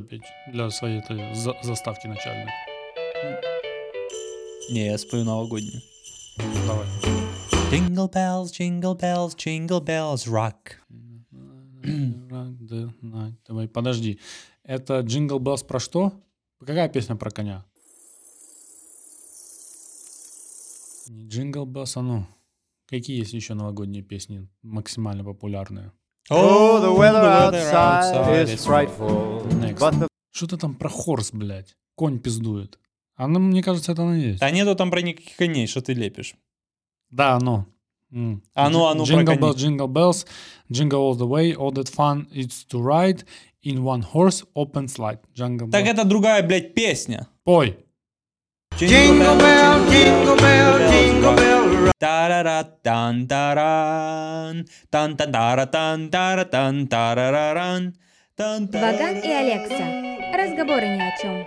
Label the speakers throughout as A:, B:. A: піч для своєї тої за- заставки начальної.
B: Не, я спою новогоднюю.
A: Давай.
B: Jingle bells, jingle bells, jingle bells rock.
A: Давай, подожди. Это Jingle Bells про что? Какая песня про коня? Не Jingle Bells, а ну. Какие есть еще новогодние песни максимально популярные?
C: Oh, the weather
B: outside
C: outside is
B: is
C: frightful.
A: Next.
C: But the
A: Что-то там про хорс, блядь. Конь пиздует. Она, мне кажется, это она и есть.
B: Да нету там про никаких коней, что ты лепишь. А
A: Да, оно. М.
B: Оно,
A: Джи-
B: оно ну, про
A: Jingle
B: коней.
A: bells, jingle bells, jingle all the way, all that fun it's to ride in one horse open slide. Jingle
B: Так
A: bells.
B: это другая, блядь, песня.
A: Ой,
C: jingle bell, jingle bell, jingle bell rock.
B: Тарара тан таран тан тан тара тан тара тан тарараран тан
D: Ваган и Алекса. Разговоры ни о чем.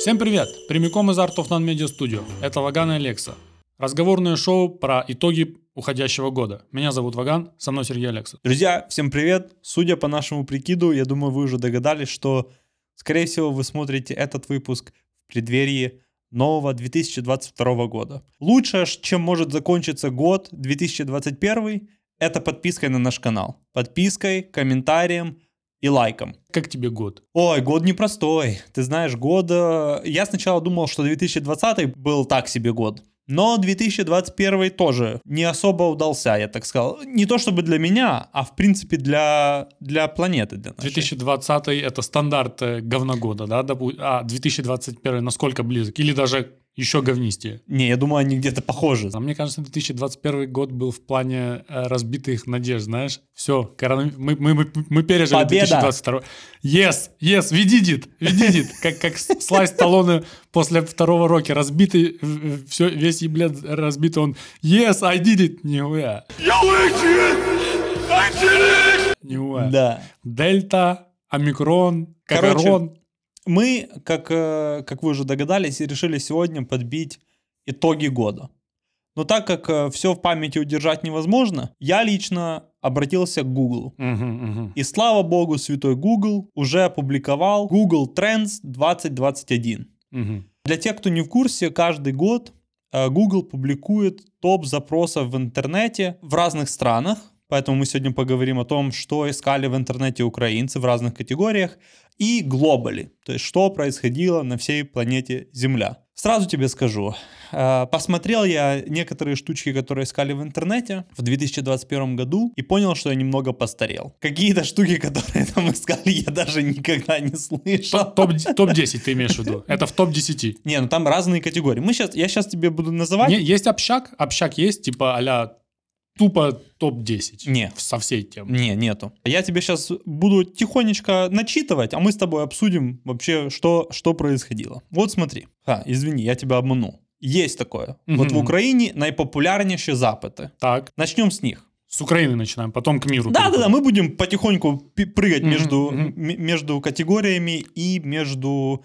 A: Всем привет! Прямиком из Art of Non Media Studio. Это Ваган и Алекса. Разговорное шоу про итоги уходящего года. Меня зовут Ваган, со мной Сергей Алекса.
B: Друзья, всем привет! Судя по нашему прикиду, я думаю, вы уже догадались, что, скорее всего, вы смотрите этот выпуск в преддверии нового 2022 года. Лучшее, ш- чем может закончиться год 2021, это подпиской на наш канал. Подпиской, комментарием и лайком.
A: Как тебе год?
B: Ой, год непростой. Ты знаешь, год... э, Я сначала думал, что 2020 был так себе год. Но 2021 тоже не особо удался, я так сказал. Не то чтобы для меня, а в принципе для, для планеты. Для нашей.
A: 2020 это стандарт э, говногода, да? допу- А 2021 насколько близок? Или даже еще говнистее?
B: Не, я думаю, они где-то похожи.
A: А мне кажется, 2021 год был в плане э, разбитых надежд, знаешь? Все, мы, мы, мы, мы пережили
B: Победа!
A: 2022. Yes, yes, we did it, we did it. Как, как с- слайс талоны после второго роки разбитый, все, весь еблет разбитый, он yes, I did it, нихуя. Нихуя.
B: Да.
A: Дельта, омикрон,
B: Короче,
A: каверон.
B: Мы, как, э, как вы уже догадались, решили сегодня подбить итоги года. Но так как все в памяти удержать невозможно, я лично обратился к Google.
A: Мгм, мгм.
B: И слава богу, святой Google уже опубликовал Google Trends 2021.
A: Мгм.
B: Для тех, кто не в курсе, каждый год э, Google публикует топ запросов в интернете в разных странах. Поэтому мы сегодня поговорим о том, что искали в интернете украинцы в разных категориях и глобали, то есть что происходило на всей планете Земля. Сразу тебе скажу, э, посмотрел я некоторые штучки, которые искали в интернете в 2021 году и понял, что я немного постарел. Какие-то штуки, которые там искали, я даже никогда не слышал.
A: Топ- Топ-10 ты имеешь в виду? Это в топ-10.
B: Не, ну там разные категории. Мы сейчас, я сейчас тебе буду называть.
A: Не, есть общак? Общак есть, типа а тупо топ-10.
B: Не.
A: В- Со всей темы.
B: Не, нету. Я тебе сейчас буду тихонечко начитывать, а мы с тобой обсудим вообще, что, что происходило. Вот смотри. А, извини, я тебя обманул. Есть такое.
A: Мгм.
B: Вот в Украине найпопулярніші запити.
A: Так,
B: Начнем с них.
A: с Украины начинаем, потом к миру.
B: Да, да, да,
A: переходим.
B: мы будем потихоньку пи- прыгать
A: Мгм,
B: между,
A: мгм.
B: м- между категориями и между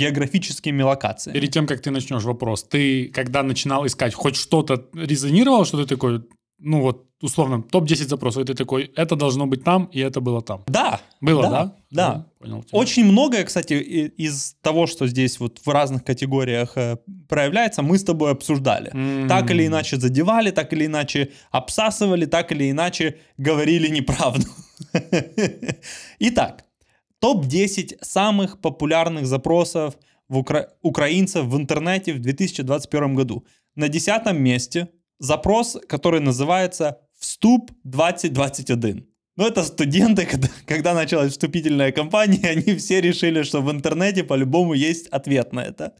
B: географическими локациями.
A: Перед тем, как ты начнешь вопрос, ты когда начинал искать, хоть что-то резонировало, что ты такой, ну вот, условно, топ-10 запросов, и ты такой, это должно быть там, и это было там.
B: Да,
A: Было,
B: Да,
A: да?
B: да.
A: Ну, Понял. тебя.
B: Очень многое, кстати, и- из того, что здесь вот в разных категориях э, проявляется, мы с тобой обсуждали.
A: М.
B: Так или иначе задевали, так или иначе обсасывали, так или иначе говорили неправду. Итак, топ-10 самых популярных запросов в укра- украинцев в интернете в 2021 году. На десятом месте запрос, который называется «Вступ 2021». Ну, это студенты, когда, когда началась вступительная кампания, они все решили, что в интернете по-любому есть ответ на это.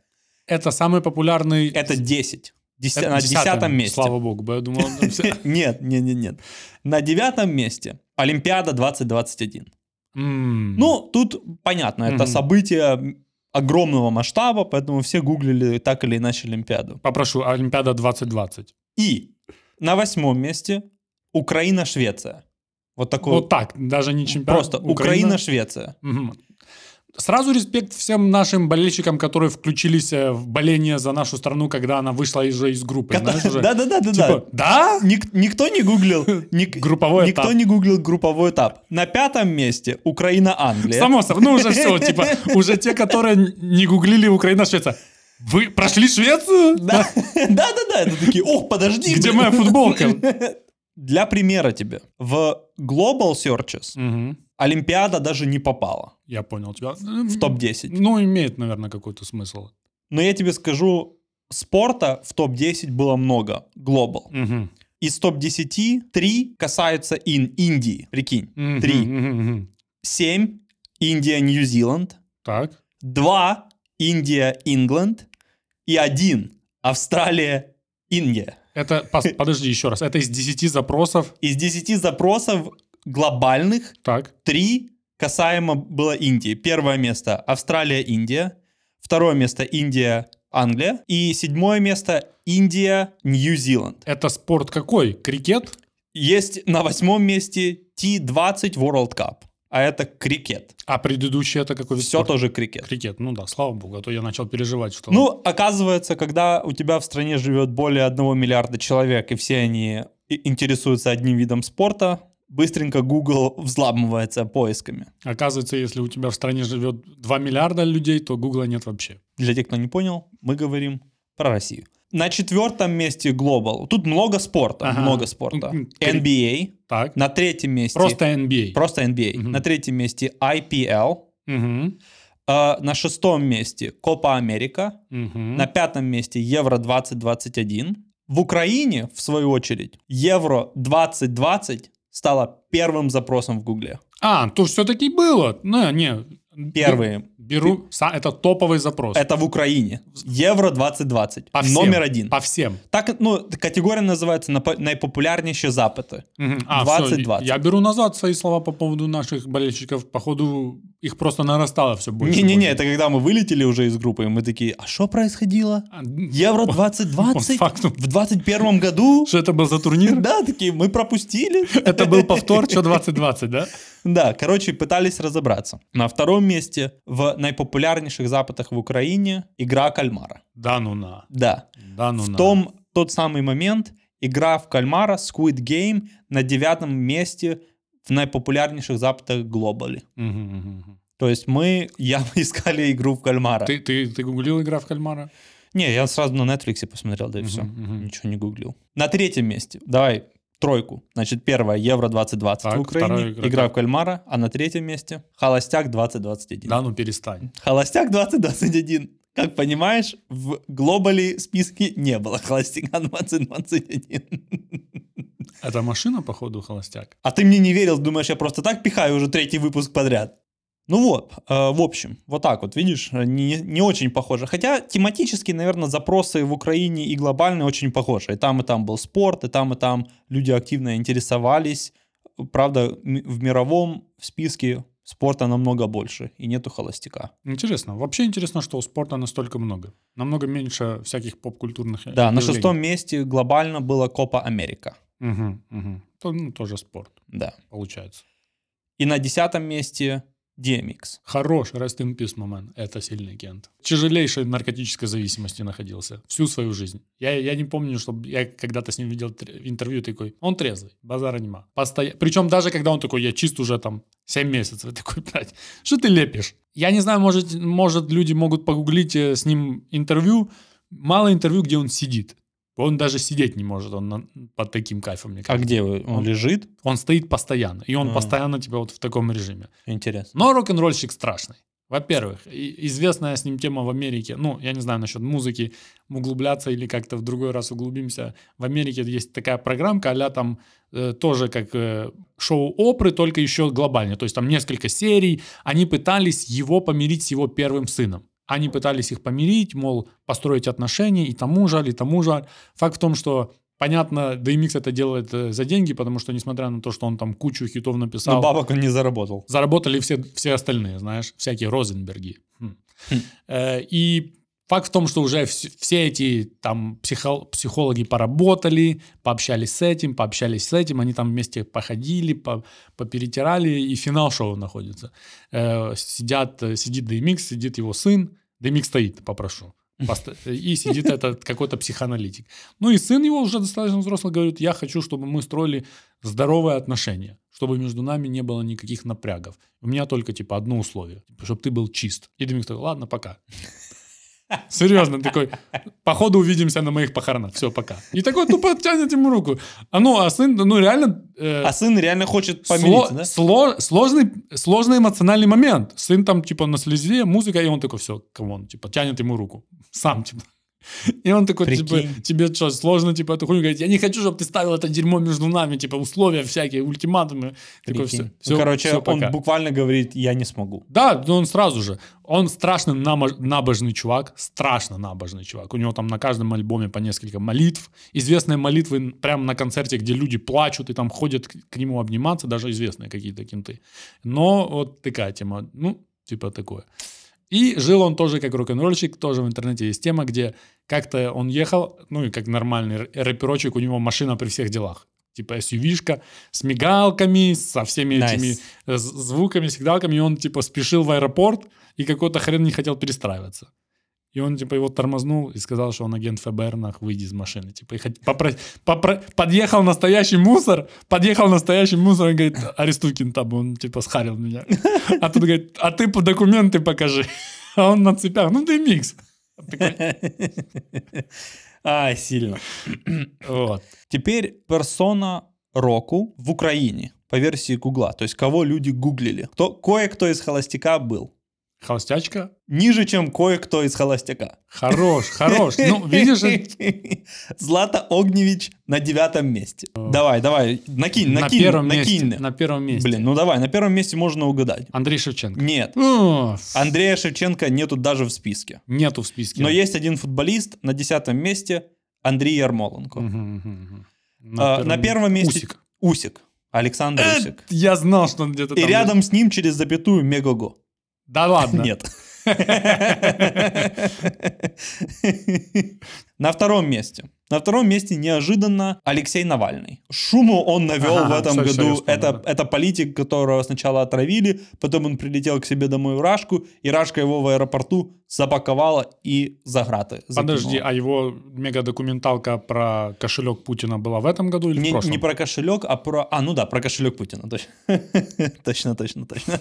A: Это самый популярный...
B: Это 10. Деся-
A: Это
B: на десятом месте.
A: Слава богу, бо я думал... он там все-
B: Нет, нет, нет, нет. На девятом месте Олимпиада 2021.
A: М.
B: Ну, тут понятно, это
A: Мгм.
B: событие огромного масштаба, поэтому все гуглили так или иначе Олимпиаду.
A: Попрошу, Олимпиада 2020.
B: И на восьмом месте Украина-Швеция. Вот такой
A: Вот так, даже не чемпионат.
B: просто Украина-Швеция.
A: Мгм. Сразу респект всем нашим болельщикам, которые включились э, в боление за нашу страну, когда она вышла из, из группы. Знаешь, уже,
B: Да, да, да, да, да.
A: типа, да?
B: Ник- никто не гуглил. ник-
A: Групповой
B: никто
A: этап.
B: не гуглил групповой этап. На пятом месте Украина-Англия.
A: Само собой, ну уже все, типа, уже те, которые не гуглили Украина, Швеция. Вы прошли Швецию?
B: Да, да, да, да. Это такие, ох, подожди.
A: Где
B: блин».
A: моя футболка?
B: Для примера тебе. В Global Searches
A: Мгм.
B: Олимпиада даже не попала
A: Я понял тебя.
B: в топ-10.
A: Ну, имеет, наверное, какой-то смысл.
B: Но я тебе скажу, спорта в топ-10 было много. Global.
A: Мгм.
B: Из топ-10 3 касаются ин Индии. Прикинь.
A: Мгм,
B: 3.
A: мгм, мгм.
B: 7 Индия, Нью-Зеланд.
A: Так.
B: 2 Индия, Ингланд. И 1 Австралия, Индия.
A: Это, пос- подожди еще раз, это из 10 запросов.
B: Из 10 запросов глобальных
A: Так.
B: Три касаемо было Индии. Первое место Австралия, Индия. Второе место Индия, Англия. И седьмое место Индия, Нью-Зеланд.
A: Это спорт какой? Крикет?
B: Есть на восьмом месте T20 World Cup. А это крикет.
A: А предыдущий это какой вид
B: Все
A: спорта?
B: тоже крикет.
A: Крикет, ну да, слава богу, а то я начал переживать, что...
B: Ну, оказывается, когда у тебя в стране живет более 1 миллиарда человек, и все они и- интересуются одним видом спорта, быстренько Google взламывается поисками.
A: оказывается, если у тебя в стране живет 2 миллиарда людей, то Гугла нет вообще.
B: Для тех, кто не понял, мы говорим про Россию. На четвертом месте Global. Тут много спорта,
A: Ага.
B: много спорта.
A: М, м,
B: NBA.
A: Так,
B: На третьем месте...
A: просто А. NBA.
B: Просто NBA.
A: Мгм.
B: На третьем месте IPL.
A: Мгм,
B: Э, на шестом месте Копа Америка.
A: мгм.
B: На пятом месте Евро 2021. В Украине, в свою очередь, Евро 2020 стало первым запросом в Гугле.
A: А, то все-таки было. Ну, не.
B: Первые.
A: Беру, са- это топовый запрос.
B: Это в Украине. Евро 2020.
A: По всем.
B: номер один.
A: По всем.
B: Так, ну, категория называется «Напо- «Найпопулярнейшие запыты».
A: Мгм. А, всё,
B: 20-20.
A: я беру назад свои слова по поводу наших болельщиков. Походу, их просто нарастало все больше. и
B: Не-не-не,
A: больше.
B: это когда мы вылетели уже из группы, и мы такие, а что происходило?
A: А,
B: Евро
A: по
B: 2020
A: факту.
B: в 21 году?
A: Что это был за турнир?
B: Да, такие, мы пропустили.
A: Это был повтор, что 2020, да?
B: Да, короче, пытались разобраться. На втором месте в наипопулярнейших запытах в Украине игра кальмара.
A: Да ну на.
B: Да,
A: Да ну
B: в
A: на.
B: том тот самый момент игра в кальмара Squid Game на девятом месте в наипопулярнейших запытах глобали.
A: Мгм, мгм, мгм.
B: То есть мы явно искали игру в кальмара.
A: Ты, ты, ты гуглил игра в кальмара?
B: Не, я сразу на Netflix посмотрел, да и
A: Мгм,
B: все.
A: мгм.
B: Ничего не гуглил. На третьем месте. Давай тройку. Значит, первое Евро 2020
A: Так,
B: в Украине.
A: вторая игра.
B: Игра, в кальмара. А на третьем месте Холостяк 2021.
A: Да ну перестань.
B: Холостяк 2021. Как понимаешь, в глобале списке не было Холостяка 2021.
A: Это машина, походу, холостяк?
B: А ты мне не верил, думаешь, я просто так пихаю уже третий выпуск подряд. Ну вот, э, в общем, вот так вот, видишь, э, не, не очень похоже. Хотя тематически, наверное, запросы в Украине и глобальные очень похожи. И там, и там был спорт, и там, и там люди активно интересовались. Правда, м- в мировом списке спорта намного больше, и нету холостяка.
A: Интересно. Вообще интересно, что у спорта настолько много. Намного меньше всяких поп-культурных
B: Да, на
A: явлений.
B: шестом месте глобально была Копа Америка.
A: Мгм, мгм. То, ну, тоже спорт,
B: Да.
A: получается.
B: И на десятом месте Эм DMX.
A: Хорош, rest in peace, момент. Это сильный кент. В Тяжелейшей наркотической зависимости находился всю свою жизнь. Я, я не помню, чтобы я когда-то с ним видел тр- интервью такой. Он трезвый, базара нема. Постоя... Причем даже когда он такой, я чист уже там 7 месяцев. Я такой, блядь, что ты лепишь? Я не знаю, может, может люди могут погуглить э, с ним интервью. Мало интервью, где он сидит. Он даже сидеть не может, он на- под таким кайфом, мне
B: А
A: кажется.
B: где вы? Он
A: Он-
B: лежит?
A: Он стоит постоянно, и он
B: А.
A: постоянно типа вот в таком режиме.
B: Интересно.
A: Но рок-н-ролльщик страшный. Во-первых, и- известная с ним тема в Америке, ну, я не знаю насчет музыки, углубляться или как-то в другой раз углубимся. В Америке есть такая программка, а там э, тоже как э, шоу Опры, только еще глобальнее. То есть там несколько серий, они пытались его помирить с его первым сыном. Они пытались их помирить, мол, построить отношения, и тому жаль, и тому жаль. Факт в том, что, понятно, DMX это делает э, за деньги, потому что, несмотря на то, что он там кучу хитов написал,
B: Но бабок он не заработал.
A: заработали все, все остальные, знаешь, всякие Розенберги. Хм.
B: Хм.
A: Э, И Факт в том, что уже вс- все эти там психо- психологи поработали, пообщались с этим, пообщались с этим, они там вместе походили, по- поперетирали, и финал шоу находится. Э, сидят, э, сидит DMX, сидит его сын, DMX стоит, попрошу. Поста- э, И сидит этот какой-то психоаналитик. Ну и сын его уже достаточно взрослый говорит, я хочу, чтобы мы строили здоровые отношения, чтобы между нами не было никаких напрягов. У меня только, типа, одно условие, чтобы ты был чист. И Дмитрий такой, ладно, пока. Серьезно, такой, походу увидимся на моих похоронах, все, пока. И такой тупо тянет ему руку. А ну, а сын, ну реально... э,
B: А сын реально хочет помириться,
A: сло-
B: да?
A: сло- сложный, сложный эмоциональный момент. Сын там, типа, на слезе, музыка, и он такой, все, камон, типа, тянет ему руку. Сам, типа. И он такой, типа,
B: Прикинь.
A: тебе что, сложно, типа, эту хуйню говорить? Я не хочу, чтобы ты ставил это дерьмо между нами, типа, условия всякие, ультиматумы. Такой,
B: Прикинь.
A: «Всё,
B: Ну,
A: всё,
B: Короче,
A: всё,
B: он
A: пока».
B: буквально говорит, я не смогу.
A: Да, но он сразу же. Он страшно намо- набожный чувак, страшно набожный чувак. У него там на каждом альбоме по несколько молитв. Известные молитвы н- прямо на концерте, где люди плачут и там ходят к, к нему обниматься, даже известные какие-то кенты. Но вот такая тема, ну, типа такое. И жил он тоже как рок-н-ролльщик, тоже в интернете есть тема, где как-то он ехал, ну и как нормальный р- рэперочек, у него машина при всех делах. Типа SUV-шка с мигалками, со всеми
B: Nice.
A: этими э, з- звуками, сигналками, и он типа спешил в аэропорт, и какой-то хрен не хотел перестраиваться. И он типа его тормознул и сказал, что он агент ФБР, нах, выйди из машины. Типа, и хот- попро- попро- подъехал настоящий мусор, подъехал настоящий мусор, он говорит, арестуй кента, бы он типа схарил меня. А тут говорит, а ты по документы покажи. А он на цепях, ну ты микс. Такой,
B: А, сильно.
A: Вот.
B: Теперь персона Року в Украине по версии Гугла, то есть кого люди гуглили. Кто, кое-кто из холостяка был.
A: Холостячка?
B: Ниже, чем кое-кто из холостяка.
A: Хорош, хорош. Ну, видишь, это-
B: Злата Огневич на девятом месте. Давай, давай, накинь,
A: на
B: накинь,
A: первом
B: накинь.
A: месте. На первом месте.
B: Блин, ну давай, на первом месте можно угадать.
A: Андрей Шевченко.
B: Нет,
A: О,
B: Андрея Шевченко нету даже в списке.
A: Нету в списке.
B: Но есть один футболист на десятом месте Андрей Ярмоленко.
A: Мгм, мгм, мгм.
B: А, На первом месте
A: Усик.
B: Усик. Э, Александр Усик.
A: Я знал, что он где-то
B: И
A: там-
B: рядом с ним через запятую Мегого.
A: Да ладно.
B: Нет. На втором месте. На втором месте неожиданно Алексей Навальный. Шуму он навел
A: Ага,
B: в этом
A: всё, всё, я
B: году.
A: вспомнил,
B: Это, это политик, которого сначала отравили, потом он прилетел к себе домой в Рашку, и Рашка его в аэропорту запаковала и за граты. закинула.
A: Подожди, а его мега-документалка про кошелек Путина была в этом году или в
B: Не,
A: прошлом?
B: не про кошелек, а про... А, ну да, про кошелек Путина. Точно, точно, точно. точно.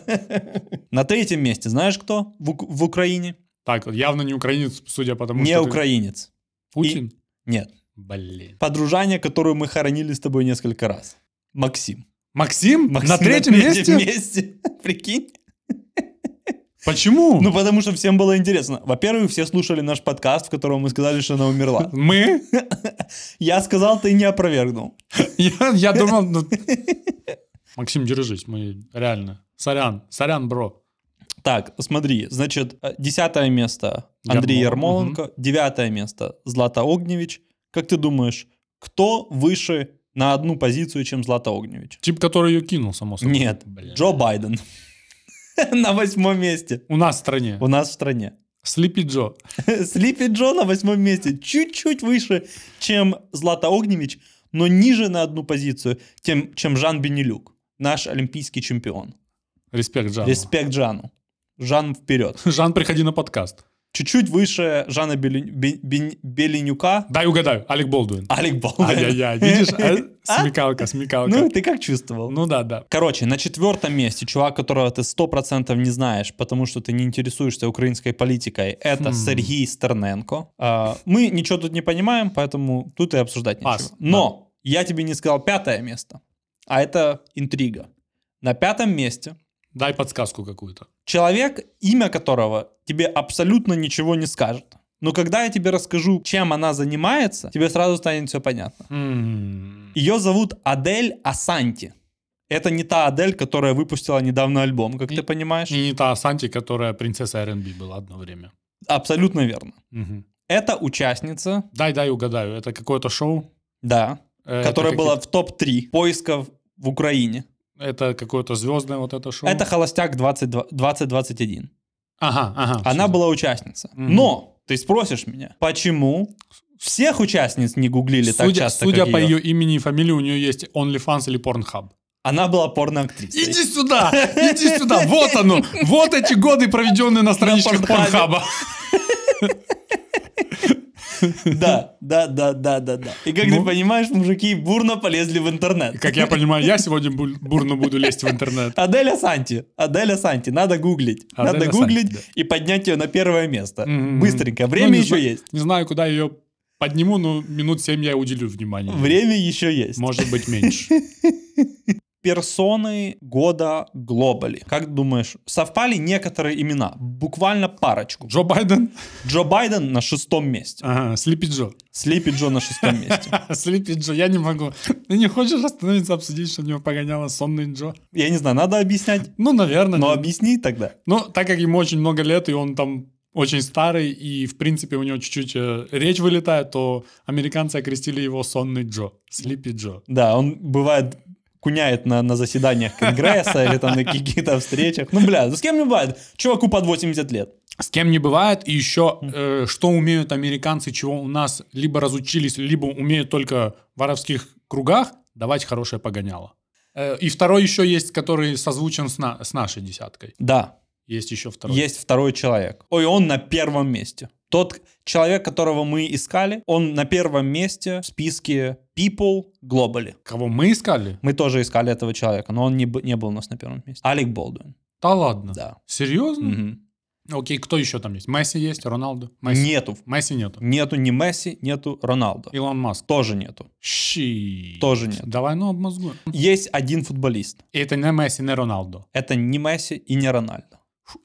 B: На третьем месте знаешь кто в, Ук- в Украине?
A: Так, явно не украинец, судя по тому,
B: Не
A: что ты-
B: украинец.
A: Путин?
B: Нет.
A: Блин.
B: Подружание, которую мы хоронили с тобой несколько раз. Максим.
A: Максим?
B: Максим
A: на третьем месте?
B: месте. Прикинь?
A: Почему?
B: Ну, потому что всем было интересно. Во-первых, все слушали наш подкаст, в котором мы сказали, что она умерла.
A: Мы?
B: Я сказал, ты не опровергнул.
A: Я, я думал... ну- Максим, держись, мы реально. Сорян, сорян, бро.
B: Так, смотри, значит, э, десятое место Андрей
A: Ярмоленко,
B: Ярмоленко, девятое место Злата Огневич. Как ты думаешь, кто выше на одну позицию, чем Злата Огневич?
A: Тип, который ее кинул, само собой.
B: Нет,
A: Блин.
B: Джо Байден. На восьмом месте.
A: У нас в стране.
B: У нас в стране.
A: Слепи Джо.
B: Слипи Джо на восьмом месте. Чуть-чуть выше, чем Злата Огневич, но ниже на одну позицию, тем, чем Жан Бенелюк, наш олимпийский чемпион.
A: Респект, Жан.
B: Респект Жану. Жан вперед.
A: Жан, приходи на подкаст.
B: Чуть-чуть выше Жана Белю- Бе- Бен- Беленюка
A: Дай угадаю, Алек Болдуин.
B: Алик Болдуин.
A: Ай-яй-яй, видишь? а?
B: А?
A: Смекалка, смекалка.
B: Ну, ты как чувствовал?
A: Ну да, да.
B: Короче, на четвертом месте чувак, которого ты сто процентов не знаешь, потому что ты не интересуешься украинской политикой, это
A: Хм.
B: Сергей Стерненко. А, мы ничего тут не понимаем, поэтому тут и обсуждать нечего.
A: Пас, да.
B: Но я тебе не сказал пятое место, а это интрига. На пятом месте
A: Дай подсказку какую-то.
B: человек, имя которого тебе абсолютно ничего не скажет. Но когда я тебе расскажу, чем она занимается, тебе сразу станет все понятно.
A: М.
B: Ее зовут Адель Асанти. Это не та Адель, которая выпустила недавно альбом, как
A: И-
B: ты понимаешь.
A: И не та Санти, которая принцесса R&B была одно время.
B: Абсолютно верно.
A: Мгм.
B: Это участница,
A: Дай, дай угадаю. Это какое-то шоу?
B: да,
A: Э,
B: которая
A: это
B: была в топ-3 поисков в Украине.
A: каки- Это какое-то звездное вот это шоу?
B: Это «Холостяк 20, 2021».
A: Ага, ага.
B: Она
A: всё.
B: была участница.
A: Мгм.
B: Но Ты спросишь меня, почему всех участниц не гуглили так
A: Судя,
B: часто,
A: судя
B: как
A: по
B: её?
A: ее имени и фамилии, у нее есть OnlyFans или Pornhub.
B: Она была порноактрисой.
A: Иди сюда! Иди сюда! Вот оно! Вот эти годы, проведенные на страничках
B: Порнхабе.
A: Порнхаба.
B: Да, да, да, да, да, да. И как
A: Ну.
B: ты понимаешь, мужики бурно полезли в интернет.
A: Как я понимаю, я сегодня бу- бурно буду лезть в интернет.
B: Аделя Санти, Аделя Санти, надо гуглить.
A: Аделя
B: надо
A: Санти,
B: гуглить
A: да.
B: и поднять ее на первое место.
A: Мгм.
B: Быстренько.
A: Ну,
B: Время
A: не
B: еще
A: зна-
B: есть.
A: Не знаю, куда ее подниму, но минут 7 я уделю внимание.
B: Время еще есть.
A: Может быть, меньше.
B: Персоны года глобали. Как думаешь, совпали некоторые имена? Буквально парочку.
A: Джо Байден?
B: Джо Байден на шестом месте.
A: Ага, Слипи Джо.
B: Слипи Джо на шестом месте.
A: Слипи Джо, я не могу. Ты не хочешь остановиться, обсудить, что у него погоняло сонный Джо?
B: Я не знаю, надо объяснять.
A: Ну, наверное.
B: Но
A: нет.
B: объясни тогда.
A: Ну, так как ему очень много лет, и он там очень старый, и, в принципе, у него чуть-чуть э, речь вылетает, то американцы окрестили его сонный Джо. Слипи Джо.
B: Да, он бывает куняет на, на заседаниях Конгресса или там на каких-то встречах. Ну, бля, ну с кем не бывает? Чуваку под 80 лет.
A: С кем не бывает, и еще, э, что умеют американцы, чего у нас либо разучились, либо умеют только в воровских кругах, давать хорошее погоняло. Э, и второй еще есть, который созвучен с, на- с нашей десяткой.
B: Да,
A: Есть еще второй.
B: есть второй человек. Ой, он на первом месте. Тот человек, которого мы искали, он на первом месте в списке People Globally.
A: Кого мы искали?
B: Мы тоже искали этого человека, но он не, б- не был у нас на первом месте. Алек Болдуин.
A: Да ладно.
B: Да.
A: Серьезно?
B: Мгм.
A: Окей, кто еще там есть? Месси есть, Роналду? Месси.
B: Нету.
A: Месси нету.
B: Нету ни Месси, нету Роналдо.
A: Илон Маск.
B: Тоже нету.
A: Щи.
B: Тоже нет.
A: Давай, ну, обмозгуем.
B: Есть один футболист.
A: И это не Месси, не Роналду.
B: Это не Месси и не Рональдо.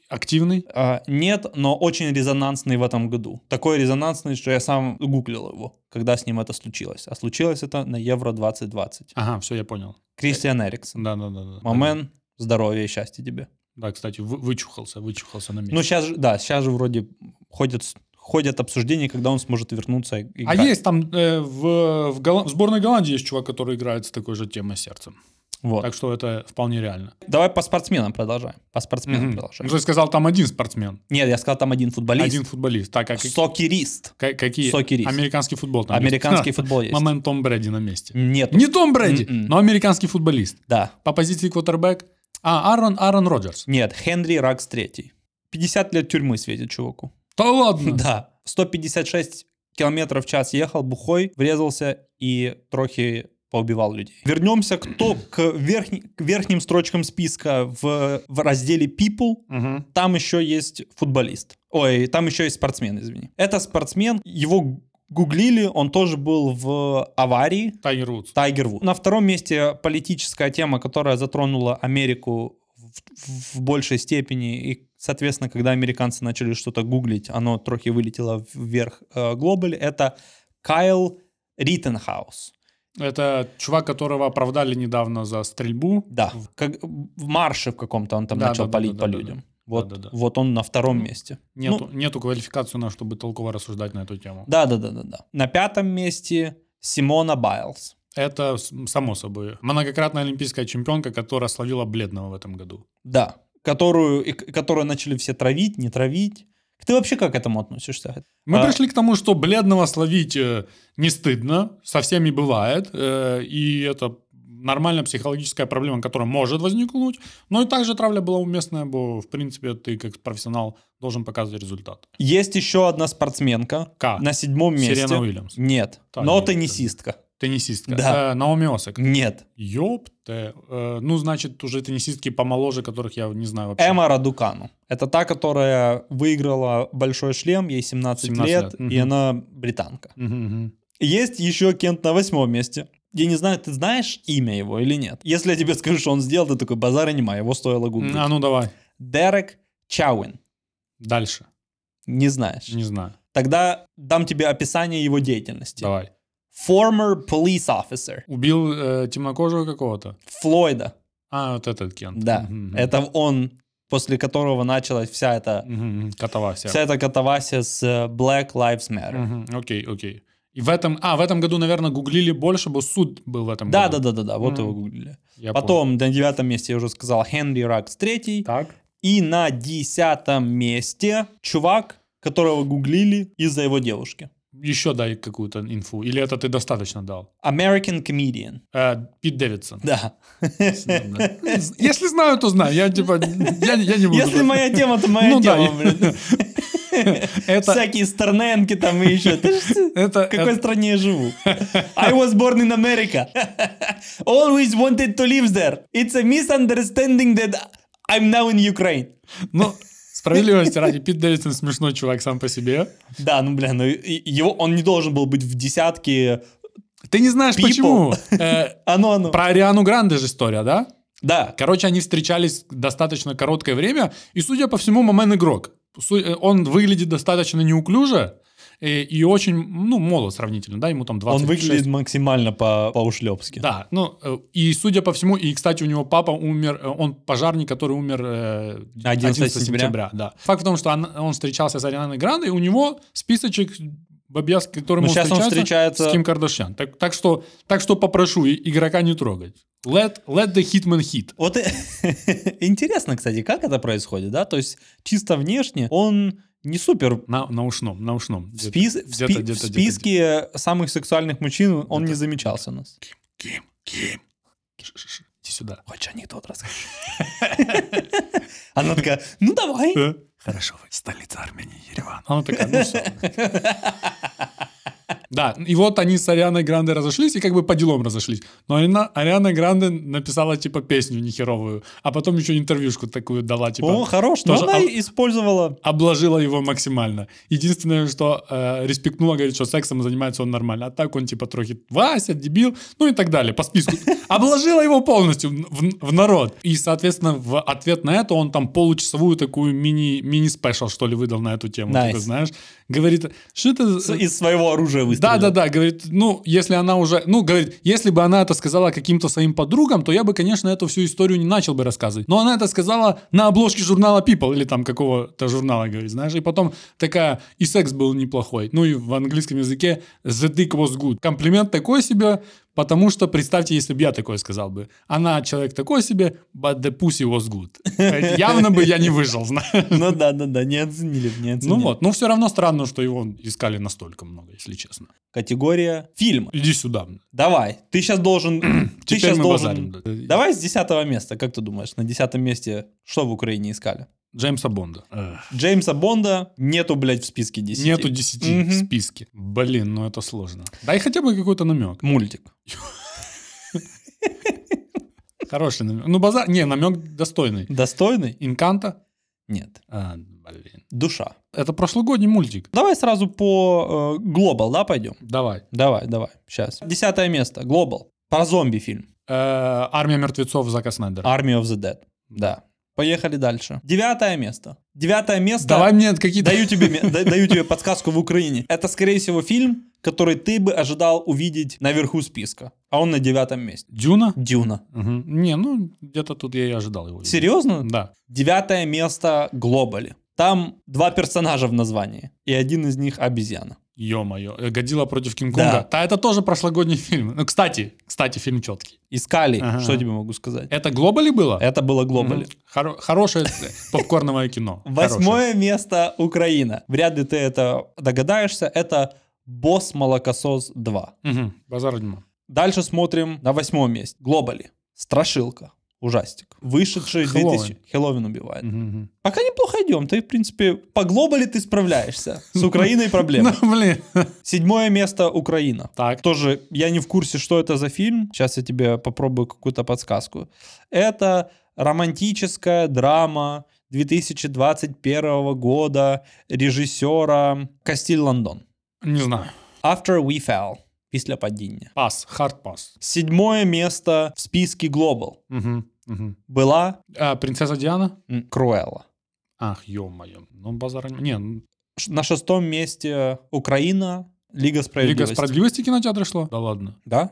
A: Активный?
B: А, Нет, но очень резонансный в этом году. Такой резонансный, что я сам гуглил его, когда с ним это случилось. А случилось это на Евро 2020.
A: Ага, все, я понял.
B: Кристиан Эриксон.
A: Да-да-да.
B: Момен, здоровья и счастья тебе.
A: Да, кстати, вы- вычухался, вычухался на месте.
B: Ну, сейчас, да, сейчас же вроде ходят, с- ходят обсуждения, когда он сможет вернуться и
A: а
B: играть.
A: есть там э, в, в, Голлан- в сборной Голландии есть чувак, который играет с такой же темой сердцем.
B: Вот.
A: Так что это вполне реально.
B: Давай по спортсменам продолжаем. По спортсменам
A: Мгм.
B: продолжаем.
A: Ну, ты сказал, там один спортсмен,
B: Нет, я сказал, там один футболист.
A: один футболист. Так, а как-
B: Сокерист.
A: ка- какие?
B: Сокерист.
A: Американский футбол там есть.
B: Ну, Американский М-м.
A: Ха,
B: футбол есть.
A: Момент Том Брэди на месте.
B: Нет.
A: Не Том Брэди,
B: Мгм.
A: но американский футболист.
B: Да.
A: По позиции квотербек. А, Аарон, Аарон Роджерс.
B: Нет, Хенри Ракс третий. 50 лет тюрьмы светит чуваку.
A: Ну Да ладно.
B: Да. 156 километров в час ехал бухой, врезался и трохи поубивал людей. Вернемся к, то, к, верхней- к верхним строчкам списка в, в разделе People.
C: Mm-hmm.
A: Мгм.
B: Там еще есть футболист. Ой, там еще есть спортсмен, извини. Это спортсмен, его гуглили, он тоже был в аварии.
A: Тайгер Вудс.
B: Тайгер Вуд. На втором месте политическая тема, которая затронула Америку в, в большей степени. И, соответственно, когда американцы начали что-то гуглить, оно трохи вылетело вверх э, глобаль. Это Кайл Риттенхаус.
A: Это чувак, которого оправдали недавно за стрельбу.
B: Да. Как, в марше в каком-то он там
A: Да,
B: начал
A: да, да,
B: палить
A: да,
B: по
A: да,
B: людям.
A: да.
B: Вот,
A: Да, да, да.
B: вот он на втором месте. Ну,
A: Нету, нету квалификации у нас, чтобы толково рассуждать на эту тему.
B: Да, да, да, да, да. На пятом месте Симона Байлз.
A: Это с- само собой. Многократная олимпийская чемпионка, которая словила бледного в этом году.
B: Да. Которую, и к- которую начали все травить, не травить. Ты вообще как к этому относишься?
A: Мы
B: А.
A: пришли к тому, что бледного словить э, не стыдно, со всеми бывает, э, и это нормальная психологическая проблема, которая может возникнуть, но и также травля была уместная, бо, в принципе, ты как профессионал должен показывать результат.
B: Есть еще одна спортсменка
A: К.
B: на седьмом месте.
A: А, Сирена Уильямс.
B: Нет.
A: Да,
B: но
A: нет,
B: теннисистка.
A: Теннисистка.
B: Да.
A: Э, Наоми Осак.
B: Нет.
A: Ёпте. Э, ну, значит, уже теннисистки помоложе, которых я не знаю вообще.
B: Эма Радукану. Это та, которая выиграла большой шлем, ей 17,
A: 17
B: лет,
A: лет, мгм.
B: и она британка.
A: Мгм, мгм.
B: Есть еще Кент на восьмом месте. Я не знаю, ты знаешь имя его или нет. Если я тебе скажу, что он сделал, ты такой базара нема, его стоило гуглить.
A: А ну давай.
B: Дерек Чауин.
A: Дальше.
B: Не знаешь.
A: Не знаю.
B: Тогда дам тебе описание его деятельности.
A: Давай.
B: Former police officer.
A: Убил э, темнокожего какого-то.
B: Флойда.
A: А, вот этот Кент.
B: Да,
A: Мгм.
B: это он, после которого началась вся эта,
A: Мгм. Катавасия.
B: вся эта катавасия с э, Black Lives Matter.
A: Мгм. Окей, окей. И в этом... А, в этом году, наверное, гуглили больше, бо суд был в этом
B: Да, да,
A: году.
B: да, да, да, вот
A: Мгм.
B: его гуглили.
A: Я понял.
B: Потом на девятом месте, я уже сказал, Хенри Ракс третий.
A: Так.
B: И на десятом месте чувак, которого гуглили из-за его девушки.
A: Еще дай какую-то инфу. Или это ты достаточно дал?
B: American Comedian.
A: Э, Пит Дэвидсон.
B: Да.
A: Если знаю, то знаю. Я типа, я, я не буду.
B: Если моя тема, то моя
A: Ну да,
B: тема, блин.
A: это,
B: Всякие стерненки там и еще. Ты ж-
A: это,
B: В какой стране я живу? I was born in America. Always wanted to live there. It's a misunderstanding that I'm now in Ukraine.
A: ну, справедливости ради, Пит Дэвидсон смешной чувак сам по себе.
B: Да, ну, бля, ну, и- его, он не должен был быть в десятке.
A: Ты не знаешь,
B: People.
A: почему. Э,
B: Оно, оно.
A: Про Ариану Гранде же история, да?
B: Да.
A: Короче, они встречались достаточно короткое время, и, судя по всему, Момен игрок. Су- э, Он выглядит достаточно неуклюже э, и, очень, ну, молод сравнительно, да, ему там 26.
B: Он выглядит максимально по- по-ушлепски.
A: Да, ну, э, и, судя по всему, и, кстати, у него папа умер, э, он пожарник, который умер э,
B: 11 сентября.
A: да. Факт в том, что он, он встречался с Арианой Грандой, и у него списочек бабья, с которым
B: Ну,
A: он
B: щас он
A: встречается,
B: встречается-
A: с Ким Кардашьян. Так, так, что, так что попрошу и- игрока не трогать. Let, let the hitman hit.
B: Вот и- интересно, кстати, как это происходит, да? То есть чисто внешне он не супер
A: На, на ушном, на ушном.
B: в,
A: Где-то-
B: спис- в
A: где-то,
B: спи-
A: где-то,
B: в
A: где-то,
B: списке самых сексуальных мужчин он не замечался у нас.
A: Ким, Ким. Ш-ш-ш, Иди сюда.
B: Хочешь анекдот расскажешь? Она такая, ну давай.
A: Хорошо, вы столица Армении, Ереван. Она такая, ну всё. Да, и вот они с Арианой Гранде разошлись и как бы по делам разошлись. Но Арина- Ариана Гранде написала типа песню нехеровую, а потом еще интервьюшку такую дала, типа...
B: О, хорош. Но
A: тоже
B: она
A: ал-
B: использовала...
A: Обложила его максимально. Единственное, что э, респектнула, говорит, что сексом занимается он нормально. А так он типа трохи Вася, дебил, ну и так далее, по списку. Обложила его полностью в, в- в народ. И, соответственно, в ответ на это он там получасовую такую мини- мини-спешл, что ли, выдал на эту тему,
B: Nice.
A: ты знаешь. Говорит, что э, это...
B: с- Из своего оружия выстрелила.
A: Да, да, да, говорит, ну, если она уже, ну, говорит, если бы она это сказала каким-то своим подругам, то я бы, конечно, эту всю историю не начал бы рассказывать. Но она это сказала на обложке журнала People или там какого-то журнала, говорит, знаешь, и потом такая, и секс был неплохой. Ну, и в английском языке the dick was good. Комплимент такой себе, потому что, представьте, если бы я такое сказал бы. Она человек такой себе, but the pussy was good. Явно бы я не выжил, знаешь.
B: Ну да, да, да, не оценили, б, не оценили.
A: Ну вот, ну все равно странно, что его искали настолько много, если честно.
B: Категория фильм.
A: Иди сюда.
B: Давай, ты сейчас должен... ты
A: Теперь
B: сейчас
A: мы
B: должен... э,
A: базарим.
B: Давай с десятого места, как ты думаешь, на десятом месте что в Украине искали?
A: Джеймса Бонда.
B: Джеймса Бонда нету, блядь, в списке 10.
A: Э, Нету 10
B: Мгм.
A: в списке. Блин, ну это сложно. Дай хотя бы какой-то намек.
B: Мультик.
A: Хороший намек. Ну, базар... Не, намек достойный.
B: Достойный?
A: Инканта?
B: Нет.
A: А, блин.
B: Душа.
A: Это прошлогодний мультик.
B: Давай сразу по э, Global, да, пойдем?
A: Давай.
B: Давай, давай, сейчас. Десятое место, Global. Про зомби фильм.
A: Э, Армия мертвецов Зака Снайдера.
B: Army of the Dead. Да. Поехали дальше. Девятое место. Девятое место.
A: Давай мне какие-то...
B: Даю тебе, ме- да- даю тебе подсказку в Украине. Это, скорее всего, фильм, который ты бы ожидал увидеть наверху списка. А он на девятом месте.
A: Дюна?
B: Дюна.
A: Мгм. Не, ну, где-то тут я и ожидал его. видеть.
B: Серьезно?
A: Да.
B: Девятое место Глобали. Там два персонажа в названии. И один из них обезьяна.
A: Ё-моё. Э, Годзилла против
B: Да.
A: Кинг-Конга. Да. это тоже прошлогодний фильм. Ну, кстати, кстати, фильм четкий.
B: Искали,
A: Ага.
B: что я тебе могу сказать.
A: Это Глобали было?
B: Это было Глобали.
A: Мгм. Хоро- хорошее попкорновое кино.
B: Восьмое место Украина. Вряд ли ты это догадаешься. Это Босс Молокосос 2.
A: Угу. Базар дерьмо.
B: Дальше смотрим на восьмом месте. Глобали. Страшилка. Ужастик. Вышедший
A: Хэллоуин.
B: 2000... Хэллоуин убивает.
A: Мгм.
B: Пока неплохо идем. Ты, в принципе, по Глобали ты справляешься. С Украиной проблема.
A: Ну, блин.
B: Седьмое место Украина.
A: Так.
B: Тоже я не в курсе, что это за фильм. Сейчас я тебе попробую какую-то подсказку. Это романтическая драма 2021 года режиссера Кастиль Лондон.
A: Не знаю.
B: After We Fell. Після падіння.
A: Пас. Хард пас.
B: Седьмое место в списке Global
A: Мгм. Мгм.
B: была
A: А, принцесса Диана?
B: м, Круэлла.
A: Ах, ё-моё. Ну, базар... Не, ну,
B: Ш- На шестом месте Украина, Лига справедливости.
A: Лига справедливости кинотеатра шло? Да ладно.
B: Да?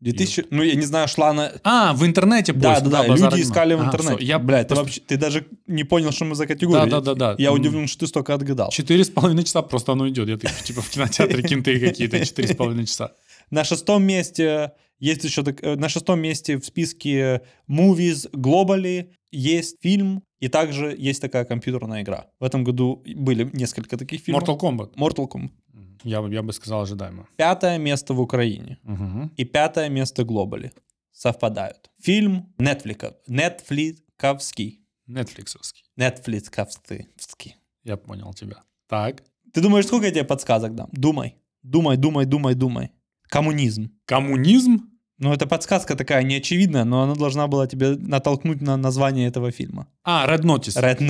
B: 2000... Ну, я не знаю, шла она
A: А, в интернете
B: Да,
A: поиск.
B: да, да,
A: базар
B: люди
A: дерьмо.
B: искали в
A: А,
B: интернете.
A: всё, Я,
B: блядь, ты,
A: просто-
B: вообще, ты даже не понял, что мы за категорию.
A: Да, да, да, да.
B: Я
A: М,
B: удивлен, что ты столько отгадал.
A: Четыре с половиной часа просто оно идет. Я так, типа в кинотеатре кинты какие-то. Четыре с половиной часа.
B: На шестом месте есть еще так- э, на шестом месте в списке movies globally есть фильм И также есть такая компьютерная игра. В этом году были несколько таких фильмов.
A: Mortal Kombat.
B: Mortal Kombat.
A: Мгм. Я, бы- я бы сказал ожидаемо.
B: Пятое место в Украине
A: Мгм.
B: и пятое место Глобали совпадают. Фильм Netflix. Netflixовский.
A: Netflixовский.
B: Netflixовский.
A: Я понял тебя. Так.
B: Ты думаешь, сколько я тебе подсказок дам? Думай. Думай, думай, думай, думай. Коммунизм.
A: Коммунизм?
B: Ну, это подсказка такая неочевидная, но она должна была тебе натолкнуть на название этого фильма.
A: А, Red Notice.
B: Red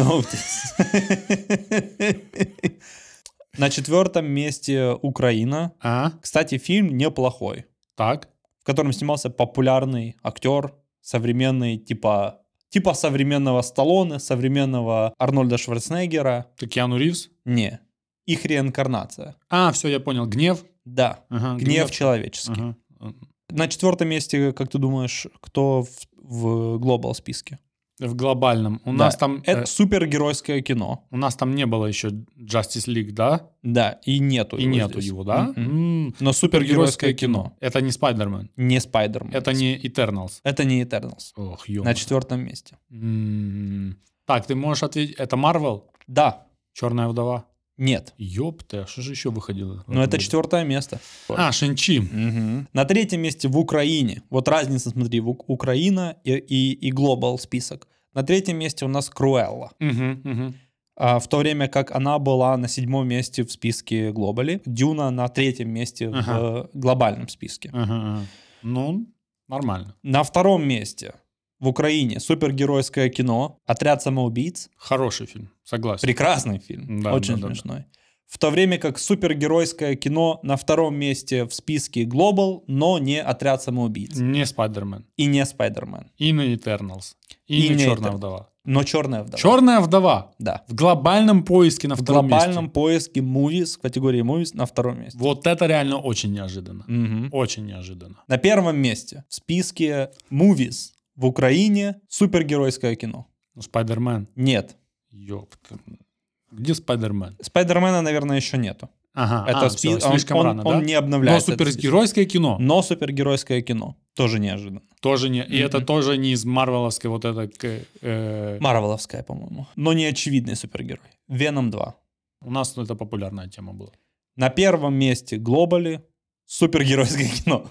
B: Notice. На четвертом месте Украина.
A: А,
B: Кстати, фильм неплохой,
A: так.
B: в котором снимался популярный актер, современный типа типа современного Сталлоне, современного Арнольда Шварценеггера.
A: Ты Киану Ривз?
B: Не, их реинкарнация.
A: А, все, я понял. Гнев?
B: Да,
A: Ага,
B: гнев человеческий.
A: Ага.
B: На четвертом месте, как ты думаешь, кто в, в глобал списке?
A: Э, В глобальном. У
B: Да.
A: нас там... э,
B: Это супергеройское кино.
A: у нас там не было еще Justice League, да?
B: Да, и нету
A: И
B: его
A: нету
B: здесь.
A: его, да?
B: Мгм.
A: М,
B: Но супергеройское кино.
A: Это не Спайдермен.
B: Не Спайдермен.
A: Это не Eternals.
B: Это не Eternals.
A: Ох, ё
B: На четвертом месте.
A: М, м-м-м. Так, ты можешь ответить, это Марвел?
B: Да.
A: Черная вдова?
B: Нет.
A: Ёпта, а что же еще выходило? в
B: Но
A: этом
B: Ну, это
A: году?
B: четвертое место.
A: А, Шинчи.
B: Мгм. На третьем месте в Украине. Вот разница, смотри, в Ук- Украина и, и, и Global список. На третьем месте у нас Круэлла. А, в то время как она была на седьмом месте в списке Глобали. Дюна на третьем месте
A: Ага.
B: в э, глобальном списке.
A: Ну, нормально.
B: На втором месте в Украине супергеройское кино «Отряд самоубийц».
A: Хороший фильм, согласен.
B: Прекрасный фильм,
A: Да,
B: очень
A: да, да, да.
B: смешной. В то время как супергеройское кино на втором месте в списке Global, но не «Отряд самоубийц»
A: Не Спайдермен.
B: и не Спайдермен,
A: И не Eternals. И, не
B: И не
A: Черная
B: Eternals.
A: вдова.
B: но «Черная вдова».
A: Черная вдова
B: Да.
A: в глобальном поиске на
B: В
A: втором
B: глобальном
A: месте.
B: поиске мувис, в категории мувис на втором месте.
A: Вот это реально очень неожиданно.
B: Мгм.
A: Очень неожиданно.
B: На первом месте в списке мувис в Украине супергеройское кино.
A: Ну, Спайдермен.
B: Нет.
A: Ёпта. Где Спайдермен?
B: Спайдермена, наверное, еще нету.
A: Ага,
B: Это
A: а,
B: спи-
A: всё, слишком
B: он,
A: рано,
B: он
A: да?
B: не
A: Но
B: обновляется. этот список.
A: супергеройское кино
B: Но супергеройское кино. Тоже неожиданно.
A: тоже не... И это
B: Мгм.
A: тоже не из марвеловской вот это... к- э,
B: Марвеловская, по-моему. Но не очевидный супергерой. Веном 2.
A: У нас ну, это популярная тема была.
B: На первом месте Глобали. Супергеройское кино.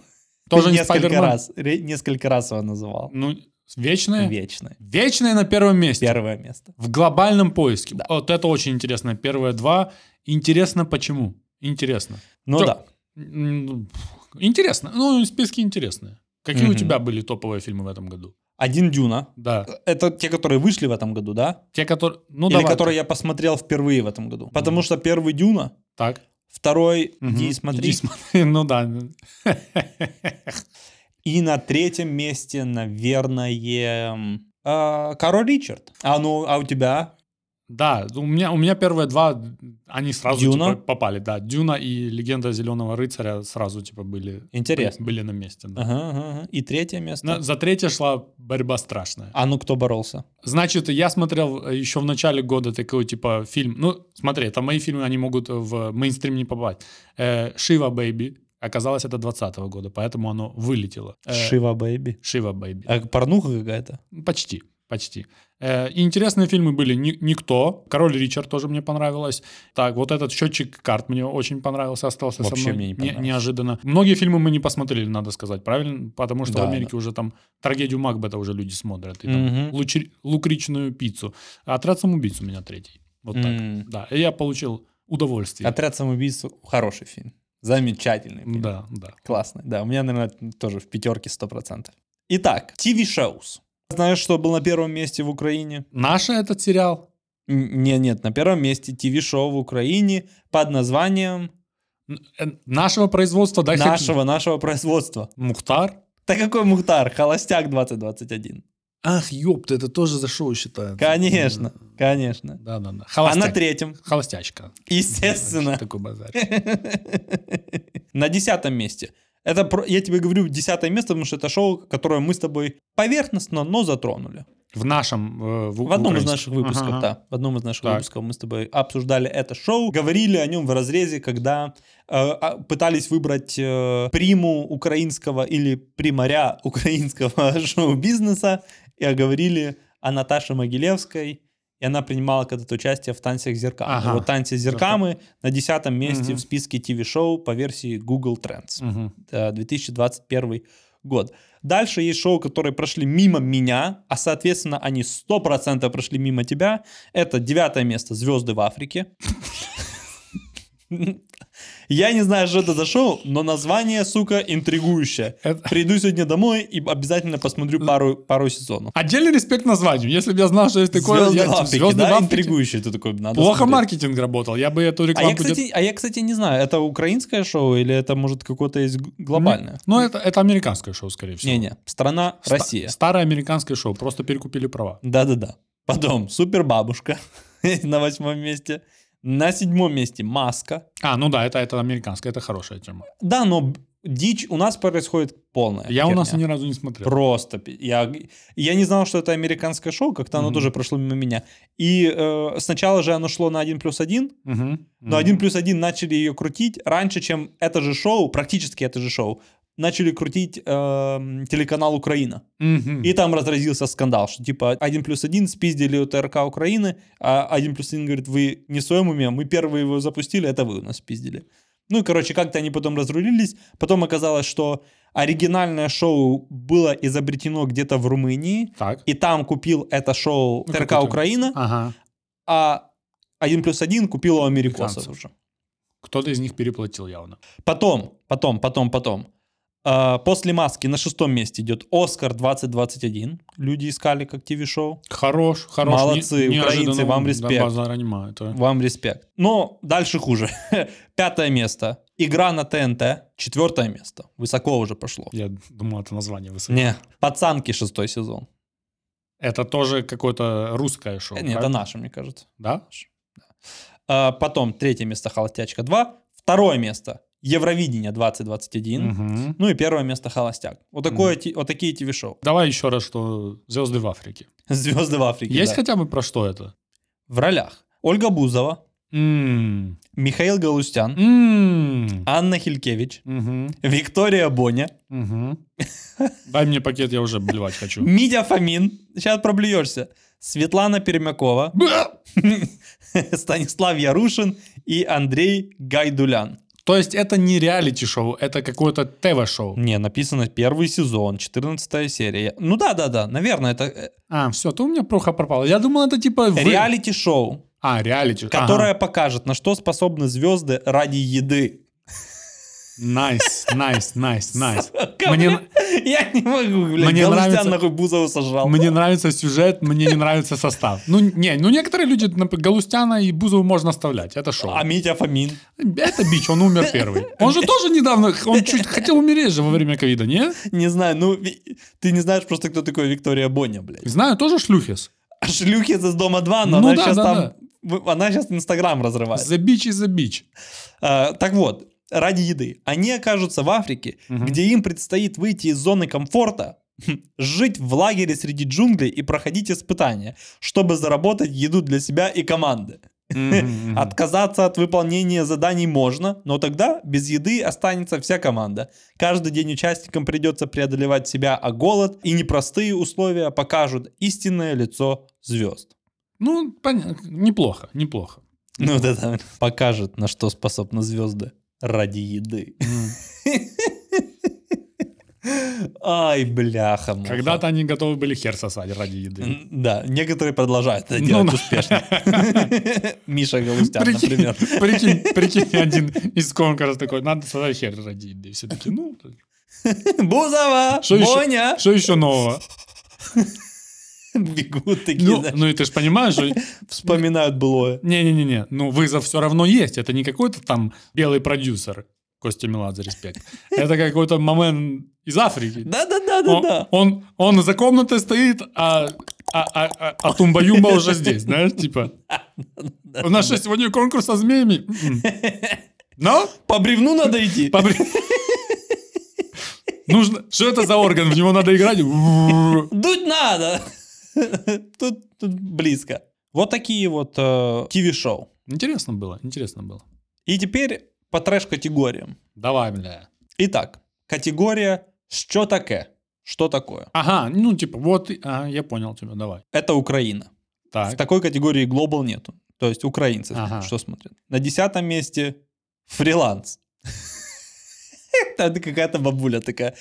A: Тоже
B: Ты
A: не
B: несколько
A: Спайдермен?
B: раз, ре- несколько раз его называл.
A: Ну, вечное?
B: Вечное.
A: Вечное на первом месте.
B: Первое место.
A: В глобальном поиске.
B: Да.
A: Вот это очень интересно. Первые два. Интересно, почему? Интересно.
B: Ну
A: Чё?
B: да.
A: М, пф, Интересно. Ну, списки интересные. Какие у
B: Мгм.
A: тебя были топовые фильмы в этом году?
B: Один Дюна. Э,
A: Да.
B: Это те, которые вышли в этом году, да?
A: Те, которые... Ну,
B: Или
A: давай
B: которые
A: ты.
B: я посмотрел впервые в этом году. Потому что первый Дюна,
A: Так.
B: второй
A: Мгм.
B: Иди и смотри.
A: Иди смотри. Ну, да.
B: И на третьем месте, наверное, м, э, Король Ричард. А ну, а у тебя?
A: Да, у меня, у меня первые два, они сразу
B: Дюна?
A: типа, попали. Да, Дюна и Легенда Зеленого Рыцаря сразу типа были...
B: Интересно.
A: Были на месте, да.
B: Ага, ага, ага. И третье место.
A: На- за третье шла борьба страшная.
B: А ну, кто боролся?
A: Значит, я смотрел э, еще в начале года такой, типа, фильм. Ну, смотри, это мои фильмы, они могут в мейнстрим не попасть. Э, «Шива Бэйби». Оказалось, это 20 года, поэтому оно вылетело. Э,
B: Шива Бэйби.
A: «Шива Бэйби».
B: А, порнуха какая-то.
A: Почти, почти. Э, и интересные фильмы были «Ни- «Никто», «Король Ричард» тоже мне понравилось. Так, вот этот «Счетчик карт» мне очень понравился, остался
B: Вообще
A: со мной.
B: мне не понравился.
A: неожиданно. Многие фильмы мы не посмотрели, надо сказать, правильно? Потому что
B: Да,
A: в Америке уже там «Трагедию Макбета» уже люди смотрят. И там
B: Мгм.
A: лучи- лукричную пиццу. А «Отряд самоубийц» у меня третий. Вот
B: М.
A: так. Да, и я получил удовольствие.
B: Отряд самоубийц хороший фильм. Замечательный фильм.
A: Да, да.
B: Классный. Да, у меня, наверное, тоже в пятерке 100%. Итак, TV-шоус. Знаешь, что был на первом месте в Украине?
A: Наш этот сериал?
B: Н- Не, нет, на первом месте ТВ-шоу в Украине под названием
A: Н- э, Нашего производства, да? хоть-
B: нашего, нашего производства.
A: Мухтар?
B: Да какой Мухтар? Холостяк 2021.
A: Ах, ёпта, это тоже за шоу считается.
B: Конечно, конечно.
A: Да, да, да.
B: А на
A: Холостяк.
B: третьем,
A: Холостячка.
B: естественно.
A: Такой базар.
B: На десятом месте. Это, про- я тебе говорю, десятое место, потому что это шоу, которое мы с тобой поверхностно, но затронули.
A: В нашем... э,
B: В одном из
A: украинском.
B: наших выпусков,
A: Ага.
B: да. В одном из наших
A: Так.
B: выпусков мы с тобой обсуждали это шоу, говорили о нем в разрезе, когда э, а, пытались выбрать э, приму украинского или примаря украинского шоу-бизнеса, и говорили о Наташе Могилевской и она принимала когда-то участие в «Танцах зеркал».
A: Ага.
B: И вот «Танцы с зеркалами» на десятом месте
A: Мгм.
B: в списке ТВ-шоу по версии Google Trends.
A: Мгм.
B: Э, 2021 год. Дальше есть шоу, которые прошли мимо меня, а, соответственно, они 100% прошли мимо тебя. Это девятое место «Звезды в Африке». Я не знаю, что это за шоу, но название, сука, интригующее.
A: Это-
B: Приду сегодня домой и обязательно посмотрю пару, пару сезонов.
A: Отдельный респект названию. Если бы я знал, что есть такое,
B: «Звезды
A: я
B: в
A: типа,
B: Африке»,
A: «Звезды
B: да,
A: в Африке».
B: интригующее. Ты такой, надо
A: Плохо
B: смотреть.
A: маркетинг работал. Я бы эту
B: А
A: рекламу...
B: я,
A: где-то-
B: кстати, а я, кстати, не знаю, это украинское шоу или это, может, какое-то из г- глобальное?
A: Ну, это, это американское шоу, скорее всего.
B: Не-не, страна
A: Ста-
B: Россия.
A: Старое американское шоу. Просто перекупили права.
B: Да-да-да. Потом супербабушка на восьмом месте. На седьмом месте маска.
A: А, ну да, это, это американское. Это хорошая тема.
B: Да, но б- дичь у нас происходит полная.
A: Я у нас
B: херня.
A: ни разу не смотрел.
B: Просто. пи- Я, я не знал, что это американское шоу, как-то оно
A: Мгм.
B: тоже прошло мимо меня. И э, сначала же оно шло на 1 плюс 1,
A: Мгм.
B: но
A: Мгм.
B: 1 плюс 1 начали ее крутить раньше, чем это же шоу, практически это же шоу, начали крутить эм, телеканал «Украина».
A: Мгм.
B: И там разразился скандал, что типа 1 плюс 1 спиздили у ТРК Украины, а 1 плюс 1 говорит, вы не в своем уме, мы первые его запустили, это вы у нас спиздили. Ну и, короче, как-то они потом разрулились. Потом оказалось, что оригинальное шоу было изобретено где-то в Румынии,
A: Так.
B: и там купил это шоу
A: Ну,
B: ТРК
A: какой-то-
B: Украина,
A: Ага.
B: а 1 плюс 1 купил у американцев
A: Американцев.
B: уже.
A: Кто-то из них переплатил явно.
B: Потом, потом, потом, потом. А, После маски на шестом месте идет Оскар 2021. Люди искали как ТВ-шоу.
A: Хорош, хорош. не-
B: Молодцы,
A: неожиданно,
B: украинцы, вам
A: да,
B: респект.
A: базара нема, это-
B: Вам респект. Но дальше хуже. Пятое место. Игра на ТНТ. Четвертое место. Высоко уже пошло.
A: Я думал, это название высоко.
B: Не, пацанки шестой сезон.
A: Это тоже какое-то русское шоу.
B: Э, Не, это
A: правильно?
B: наше, мне кажется.
A: Да?
B: А, Потом третье место Холостячка 2. Второе место Евровидение 2021.
A: Мгм.
B: Ну и первое место Холостяк. Вот, такое, ти- вот такие ТВ-шоу.
A: Давай еще раз, что звезды в Африке.
B: Звезды в Африке.
A: Есть
B: да.
A: хотя бы про что это?
B: В ролях. Ольга Бузова,
A: М.
B: Михаил Галустян,
A: М.
B: Анна Хилькевич,
A: Мгм.
B: Виктория Боня,
A: Мгм. Дай мне пакет, я уже блевать хочу.
B: Митя Фомин, сейчас проблюешься, Светлана Перемякова,
A: Бля!
B: Станислав Ярушин и Андрей Гайдулян.
A: То есть это не реалити-шоу, это какое-то ТВ-шоу.
B: Не, написано первый сезон, 14 серия. Ну да, да, да, наверное, это э,
A: А, все, то у меня плохо пропало. Я думал, это типа... вы-
B: реалити-шоу,
A: А, реалити. Ага.
B: которое покажет, на что способны звезды ради еды.
A: Найс, найс, найс, найс.
B: Ко
A: Мне-
B: мне- Я не могу, блядь,
A: Мне
B: Галустян
A: нравится-
B: нахуй Бузову сожрал.
A: Мне нравится сюжет, мне не нравится состав. Ну, не, ну некоторые люди, например, Галустяна и Бузову можно оставлять, это шоу.
B: А Митя Фомин?
A: Это бич, он умер первый. Он же тоже недавно, он чуть хотел умереть же во время ковида, не?
B: Не знаю, ну, ви- ты не знаешь просто, кто такой Виктория Боня, блядь.
A: Знаю, тоже шлюхис.
B: Шлюхи из «Дома 2», но
A: Ну
B: она
A: да,
B: сейчас
A: да,
B: там...
A: да.
B: в- Она сейчас Инстаграм разрывает.
A: The бич и the бич.
B: А, так вот, ради еды. Они окажутся в Африке,
A: Мгм.
C: Mm-hmm.
B: где им предстоит выйти из зоны комфорта, хм, жить в лагере среди джунглей и проходить испытания, чтобы заработать еду для себя и команды.
C: Mm-hmm.
B: Отказаться от выполнения заданий можно, но тогда без еды останется вся команда. Каждый день участникам придется преодолевать себя, а голод и непростые условия покажут истинное лицо звезд.
A: Ну, понятно, неплохо, неплохо.
B: Ну, вот это покажет, на что способны звезды ради еды. Ай, бляха. муха.
A: Когда-то они готовы были хер сосать ради еды.
B: М, Да, некоторые продолжают это
A: Ну
B: делать
A: да.
B: успешно. Миша Галустян,
A: Прикинь,
B: например.
A: прикинь, прикинь, один из конкурсов такой, надо сосать хер ради еды. Все таки ну,
B: Бузова,
A: Что еще?
B: Боня.
A: что еще нового?
B: Бегут такие,
A: Ну,
B: знаешь,
A: ну и ты же понимаешь, что
B: вспоминают былое.
A: Не-не-не, ну вызов все равно есть. Это не какой-то там белый продюсер, Костя Меладзе, респект. Это какой-то момент из Африки. Он,
B: Да-да-да-да-да.
A: он, он за комнатой стоит, а, а, а, а- а Тумба-Юмба уже здесь, знаешь, типа. У нас же сегодня конкурс со змеями. М-м. Но
B: По бревну надо идти.
A: побри- Нужно... Что это за орган? В него надо играть?
B: Дуть надо. Тут, тут близко. Вот такие вот э, ТВ-шоу.
A: Интересно было, интересно было.
B: И теперь по трэш-категориям.
A: Давай, бля.
B: Итак, категория «Що таке?» Что такое?
A: Ага, ну типа вот... и- Ага, я понял тебя, давай.
B: Это Украина.
A: Так.
B: В такой категории global нету. То есть украинцы,
A: Ага.
B: что смотрят. На десятом месте фриланс. Там какая-то бабуля така.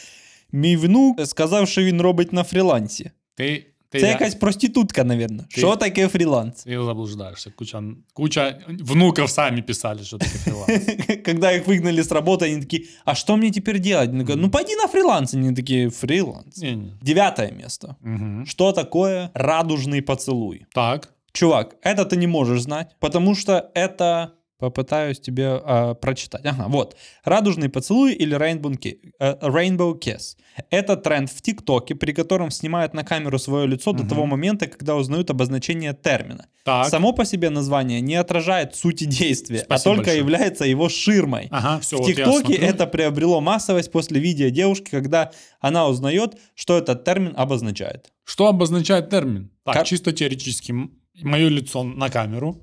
B: Мій внук сказав, що він робить на фрілансі.
A: Ты, ты,
B: Це якась проститутка, навірно.
A: Ти-
B: Що таке фріланс?
A: ты заблуждаешься. Куча, куча внуков сами писали, что такое фриланс.
B: Когда їх вигнали з роботи, вони такі, а що мені тепер делать? Вони кажуть, ну пойди на фріланс. Вони такі, фріланс.
A: Не-не.
B: Девятое место.
A: Мгм.
B: Что такое радужный поцелуй?
A: Так.
B: Чувак, это ты не можешь знать, потому что это... Попытаюсь тебе а, прочитать. Ага, вот. Радужный поцелуй или Rainbow, ki- э, Rainbow Kiss. Это тренд в ТикТоке, при котором снимают на камеру свое лицо до
A: Мгм.
B: того момента, когда узнают обозначение термина.
A: Так.
B: Само по себе название не отражает сути действия, а
A: Спасибо
B: только
A: большое. А,
B: является его ширмой.
A: Ага, все.
B: в ТикТоке это приобрело массовость после видео девушки, когда она узнает, что этот термин обозначает.
A: Что обозначает термин? Так,
B: Кар-
A: чисто теоретически. Мое лицо на камеру.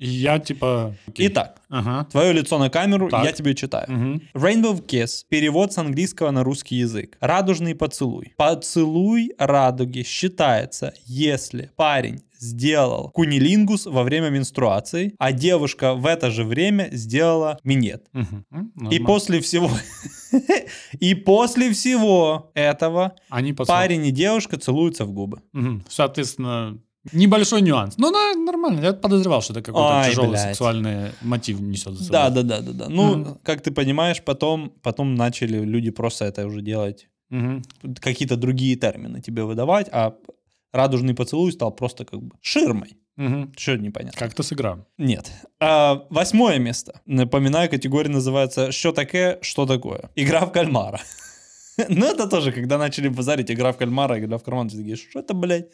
A: И я типа... окей.
B: Итак,
A: Ага.
B: твое лицо на камеру,
A: Так.
B: я тебе читаю.
A: Мгм.
B: Rainbow Kiss – перевод с английского на русский язык. Радужный поцелуй. Поцелуй радуги считается, если парень сделал кунилингус во время менструации, а девушка в это же время сделала минет.
A: Мгм. Ну, М,
B: И
A: нормально.
B: после всего... И после всего этого
A: Они поцелуют.
B: парень и девушка целуются в губы.
A: Мгм. Соответственно, небольшой нюанс. Ну, да, нормально. Я подозревал, что это какой-то
B: Ай,
A: тяжелый
B: блядь.
A: сексуальный мотив несет за собой.
B: Да, да, да, да, да. Ну,
A: Мгм.
B: как ты понимаешь, потом, потом начали люди просто это уже делать,
A: Мгм.
B: какие-то другие термины тебе выдавать, а радужный поцелуй стал просто как бы ширмой.
A: Мгм.
B: Что непонятно.
A: Как-то сыграем.
B: Нет. А, восьмое место. Напоминаю, категория называется «Что такое? Что такое?» Игра в кальмара. Ну, это тоже, когда начали базарить игра в кальмара, игра в карман, все такие, что это, блядь,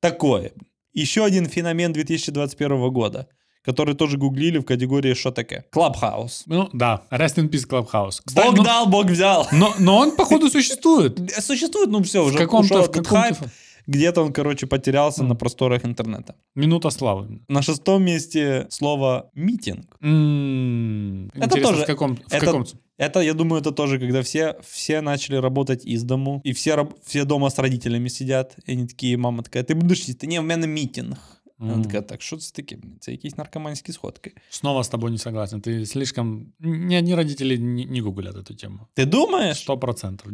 B: такое? Еще один феномен 2021 года, который тоже гуглили в категории «Что такое?» Клабхаус.
A: Ну, да. Rest in peace, Clubhouse. Кстати,
B: Бог
A: ну-
B: дал, Бог взял.
A: но, но он, походу, существует.
B: Существует, ну все,
A: В
B: уже
A: каком-то,
B: ушел
A: в
B: этот
A: каком-то...
B: хайп. Где-то он, короче, потерялся
A: Мгм.
B: на просторах интернета.
A: Минута славы.
B: На шестом месте слово «митинг».
A: М,
B: Это
A: Интересно,
B: тоже-
A: в каком... В
B: это-
A: каком...
B: Это, я думаю, это тоже, когда все, все начали работать из дому, и все, раб- все дома с родителями сидят, и они такие, мама такая, ты будешь сидеть? Не, у меня на митинг. Она
A: М.
B: такая, так, что це таке? блін? Це якісь наркоманські сходки.
A: Снова с тобой не согласен. Ты слишком... Ни одни родители не, не гуглят эту тему.
B: Ти думаєш?
A: Сто процентов.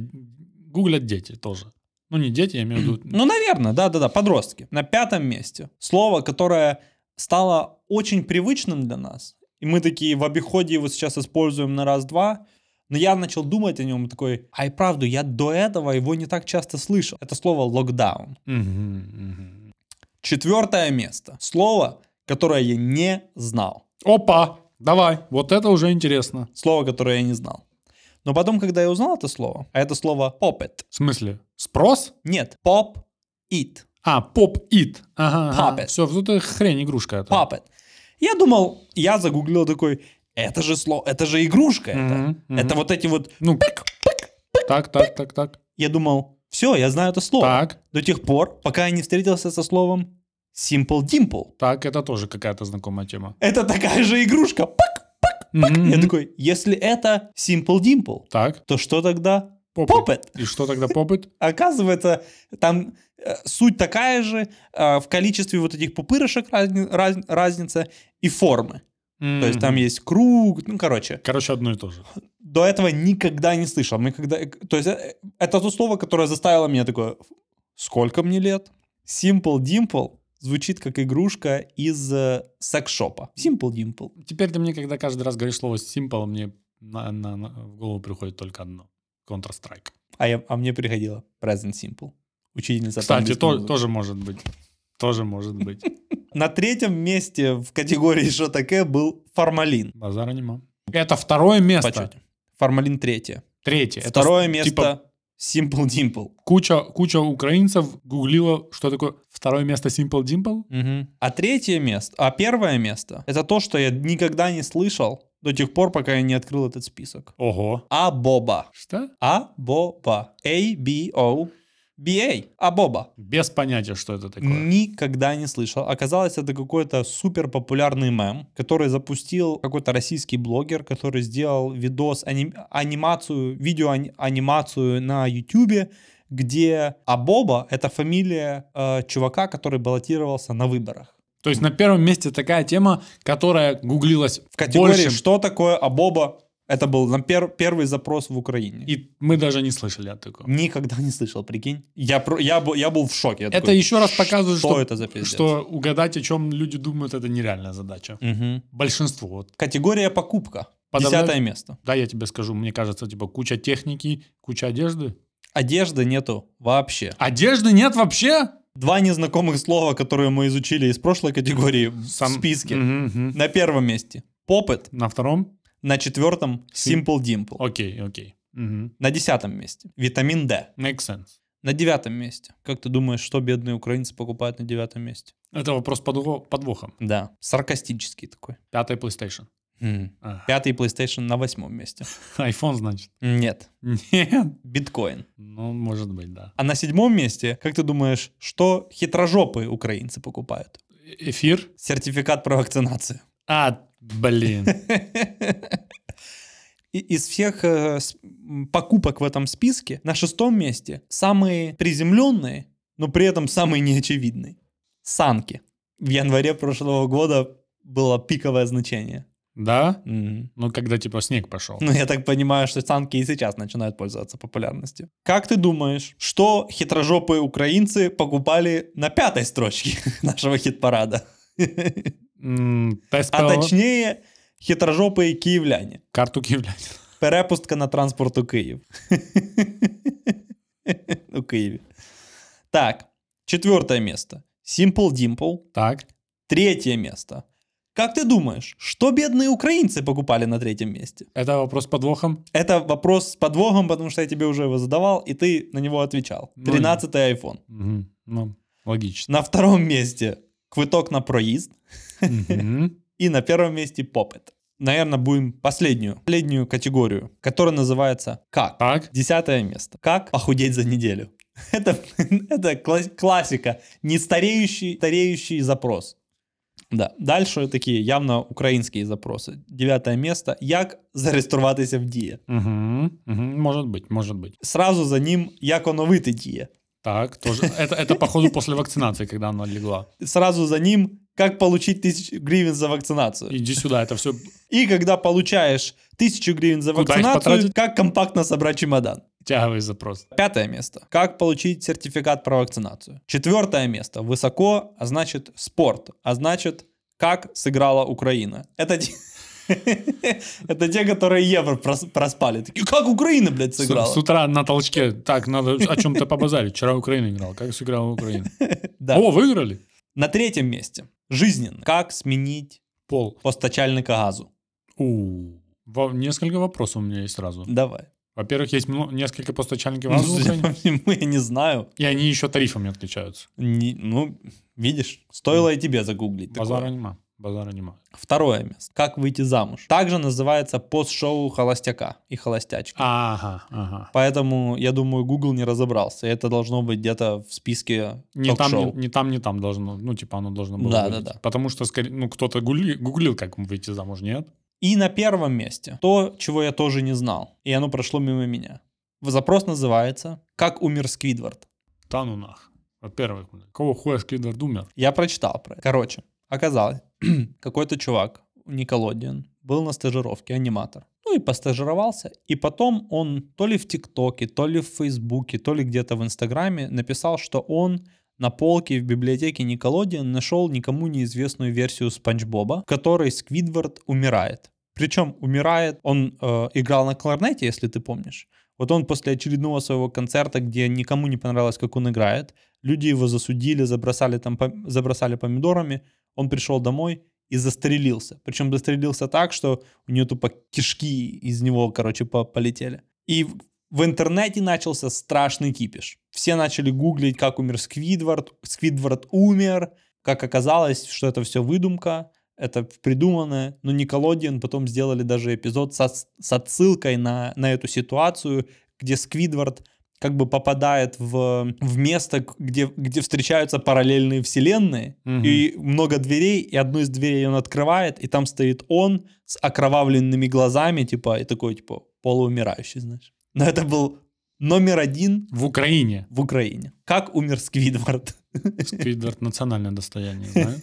A: Гуглят дети тоже. Ну, не дети, я имею в виду...
B: Ну, наверное, да-да-да, подростки. На пятом месте слово, которое стало очень привычным для нас, и мы такие в обиходе его сейчас используем на раз-два, но я начал думать о нем и такой, а и правду, я до этого его не так часто слышал. Это слово локдаун.
A: Мгм, мгм.
B: Четвертое место. Слово, которое я не знал.
A: Опа, давай, вот это уже интересно.
B: Слово, которое я не знал. Но потом, когда я узнал это слово, а это слово попет.
A: В смысле, спрос?
B: Нет, поп it.
A: А, поп-ит. Ага,
B: Puppet.
A: все, тут и хрень, игрушка это.
B: Puppet. Я думал, я загуглил такой, это же слово, это же игрушка. Это,
A: Мгм, мгм.
B: это вот эти вот...
A: Ну, так, так, так, так,
B: Я думал, все, я знаю это слово.
A: так,
B: До тех пор, пока я не встретился со словом simple dimple.
A: так, это тоже какая-то знакомая тема.
B: Это такая же игрушка. Пак.
A: Мгм,
B: Я
A: мгм.
B: такой, если это simple dimple,
A: Так,
B: то что тогда
A: поп-ит.
B: попет?
A: И что тогда поп-ит?
B: Оказывается, там э, суть такая же, э, в количестве вот этих пупырышек разни- раз- разница и формы. То есть там
A: Мгм.
B: есть круг, ну, короче.
A: Короче, одно и то же.
B: До этого никогда не слышал. Мы когда, то есть э, это то слово, которое заставило меня такое, сколько мне лет? Simple Dimple звучит как игрушка из э, секс-шопа. Simple Dimple.
A: Теперь ты мне, когда каждый раз говоришь слово simple, мне на- на- на- в голову приходит только одно. Counter-Strike.
B: А, я, а мне приходило Present Simple. Учительница по
A: Кстати,
B: английскому
A: то-
B: языку.
A: тоже может быть. Тоже может быть.
B: На третьем месте в категории «Что такое» был формалин.
A: Базара нема. Это второе место.
B: Почёте. Формалин третье.
A: Третье. Это
B: Второе
A: с-
B: место
A: типа,
B: Simple Dimple.
A: куча, куча украинцев гуглила, что такое второе место Simple Dimple.
B: А третье место, а первое место, это то, что я никогда не слышал до тех пор, пока я не открыл этот список.
A: Ого.
B: Абоба.
A: Что?
B: Абоба. A-B-O-B-A. Абоба.
A: Без понятия, что это такое.
B: Никогда не слышал. Оказалось, это какой-то супер популярный мем, который запустил какой-то российский блогер, который сделал видос, аним- анимацию, видео анимацию на YouTube, где Абоба — это фамилия э, чувака, который баллотировался на выборах.
A: То есть на первом месте такая тема, которая гуглилась
B: В категории
A: больше,
B: «Что такое Абоба?» Это был на пер- первый запрос в Украине.
A: и мы даже не слышали о таком.
B: Никогда не слышал, прикинь. Я, про- я, был- я был в шоке. Я
A: Это
B: такой,
A: еще раз показывает,
B: что,
A: что-
B: это за пиздец?
A: Что угадать, о чем люди думают, это нереальная задача.
B: Мгм.
A: Большинство. Вот,
B: Категория покупка.
A: Подавля-
B: Десятое место.
A: да, я тебе скажу, мне кажется, типа куча техники, куча одежды.
B: Одежды нету вообще.
A: Одежды нет вообще?
B: Два незнакомых слова, которые мы изучили из прошлой категории в
A: Сам-
B: списке.
A: Мгм, мгм.
B: На первом месте Попыт,
A: На втором?
B: на четвертом
A: Сим-
B: Simple Dimple,
A: Окей, окей. Мгм.
B: на десятом месте Витамин D,
A: Makes sense.
B: на девятом месте. Как ты думаешь, что бедные украинцы покупают на девятом месте?
A: Это вопрос подво- подвоха.
B: Да, саркастический такой.
A: Пятый PlayStation.
B: М.
A: А,
B: Пятый PlayStation на восьмом месте.
A: iPhone, значит.
B: Нет,
A: Нет.
B: биткоин.
A: Ну, может быть, да.
B: А на седьмом месте, как ты думаешь, что хитрожопые украинцы покупают?
A: Э- Эфир?
B: Сертификат про вакцинацию.
A: А, блин.
B: И- из всех э, с- м, покупок в этом списке на шестом месте самые приземленные, но при этом самые неочевидные. Санки. В январе прошлого года было пиковое значение.
A: Да?
B: Мгм.
A: Ну, когда, типа, снег пошел.
B: Ну, я так понимаю, что санки и сейчас начинают пользоваться популярностью. Как ты думаешь, что хитрожопые украинцы покупали на пятой строчке нашего хит-парада?
A: М, Тест
B: А
A: ПО.
B: точнее, хитрожопые киевляне.
A: Карту киевлянина.
B: Перепустка на транспорт у Київ. у Києві. Так, четвертое место. Simple Dimple.
A: Так.
B: Третье место. Как ты думаешь, что бедные украинцы покупали на третьем месте?
A: Это вопрос с подвохом.
B: Это вопрос с подвохом, потому что я тебе уже его задавал, и ты на него отвечал.
A: Ну,
B: 13 iPhone.
A: Мгм. Ну, логично.
B: На втором месте квиток на проезд.
A: Мгм.
B: И на первом месте попыт. Наверное, будем последнюю, последнюю категорию, которая называется «Как».
A: Так.
B: Десятое место. Как похудеть за неделю? Это, это кла- классика. Не стареющий, стареющий запрос. Да. Дальше такие явно українські запроси. Дев'яте место. Як зареєструватися в діє?
A: Мгм. Мгм. Может быть, может быть.
B: Сразу за ним як оновити діє.
A: Так, тоже. Это, это походу, после вакцинации, когда она легла.
B: Сразу за ним як получить тисячу гривень за вакцинацію.
A: Иди сюда, это все...
B: І коли получаєш тисячу гривень за
A: Куда їх
B: вакцинацію,
A: потратити?
B: як компактно собрати чемодан.
A: Тяговый запрос.
B: Пятое место. Как получить сертификат про вакцинацию? Четвертое место. Высоко, а значит спорт, а значит как сыграла Украина. Это те, это те которые Евро прос- проспали. Такие, как Украина, блядь,
A: С,
B: сыграла?
A: с утра на толчке. Так, надо о чем-то побазарить. Вчера Украина играла. Как сыграла Украина?
B: Да.
A: О, выиграли?
B: На третьем месте. Жизненно. Как сменить
A: Пол.
B: постачальника газу?
A: У. Во- Несколько вопросов у меня есть сразу.
B: Давай.
A: Во-первых, есть мно- несколько постачальников газа в Украине,
B: Ну, Я не знаю.
A: и они еще тарифами отличаются.
B: Не- Ну, видишь, стоило и тебе загуглить. такое.
A: Базара нема. Базара нема.
B: Второе место. Как выйти замуж. Также называется пост-шоу холостяка и холостячки.
A: Ага, ага.
B: Поэтому, я думаю, Google не разобрался. Это должно быть где-то в списке
A: Не там, не,
B: ток-шоу.
A: не там, не там должно, ну, типа оно должно было
B: Да,
A: вылететь.
B: да, да.
A: Потому что, скорее, ну, кто-то гугли- гуглил, как выйти замуж, нет?
B: И на первом месте то, чего я тоже не знал. И оно прошло мимо меня. Запрос называется «Как умер Сквидвард».
A: Да ну нах. Во-первых, блин, кого хуя Сквидвард умер?
B: Я прочитал про это. Короче, оказалось, какой-то чувак, Николодиан, был на стажировке, аниматор. Ну и постажировался, и потом он то ли в ТикТоке, то ли в Фейсбуке, то ли где-то в Инстаграме написал, что он на полке в библиотеке Николодиан нашел никому неизвестную версию Спанч Боба, в которой Сквидвард умирает. Причем умирает, он э, играл на кларнете, если ты помнишь. Вот он после очередного своего концерта, где никому не понравилось, как он играет, Люди его засудили, забросали, там, пом- забросали помидорами. Он пришел домой и застрелился. Причем застрелился так, что у него тупо кишки из него, короче, по- полетели. И в- в интернете начался страшный кипиш. Все начали гуглить, как умер Сквидвард, Сквидвард умер. Как оказалось, что это все выдумка, это придуманное. Но Николодиан потом сделали даже эпизод со- с отсылкой на, на эту ситуацию, где Сквидвард как бы попадает в, в место, к- где, где встречаются параллельные вселенные,
A: Мгм.
B: и много дверей, и одну из дверей он открывает, и там стоит он с окровавленными глазами, типа, и такой, типа, полуумирающий, знаешь. Но это был номер один
A: В Украине
B: в Украине. Как умер Сквидвард?
A: Сквидвард национальное достояние, знаю.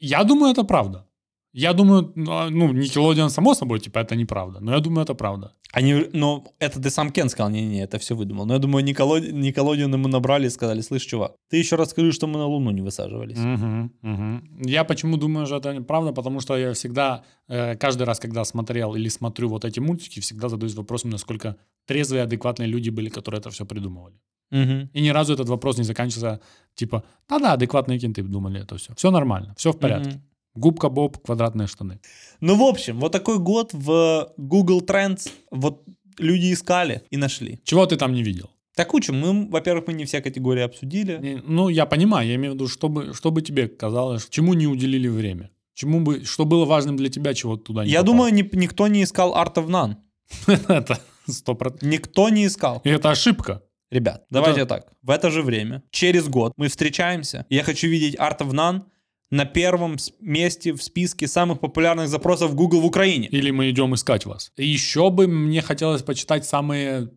A: Я думаю, это правда. Я думаю, ну, а, ну, Никелодиан, само собой, типа, это неправда. Но я думаю, это правда.
B: Они, но это ты сам Кен сказал, не-не, это все выдумал. Но я думаю, Николо- Николодина ему набрали и сказали, слышь, чувак, ты еще раз скажи, что мы на Луну не высаживались.
A: Мгм, мгм. Я почему думаю, что это неправда, потому что я всегда, э, каждый раз, когда смотрел или смотрю вот эти мультики, всегда задаюсь вопросом, насколько трезвые, адекватные люди были, которые это все придумывали.
B: Мгм.
A: И ни разу этот вопрос не заканчивался, типа, да-да, адекватные кенты думали это все. Все нормально, все в порядке.
B: Мгм.
A: Губка Боб, квадратные штаны.
B: Ну, в общем, вот такой год в Google Trends. Вот люди искали и нашли.
A: Чего ты там не видел?
B: Так куча. Мы, во-первых, мы не все категории обсудили.
A: Не, Ну, я понимаю, я имею в виду, чтобы, чтобы тебе казалось, чему не уделили время? Чему бы, что было важным для тебя, чего ты туда не
B: Я
A: попал?
B: думаю, ни- никто не искал Art of None.
A: это сто процентов.
B: Никто не искал.
A: И это ошибка.
B: Ребят, давайте так. В это же время, через год, мы встречаемся. Я хочу видеть Art of None на первом с- месте в списке самых популярных запросов Google в Украине.
A: Или мы идем искать вас. И еще бы мне хотелось почитать самые,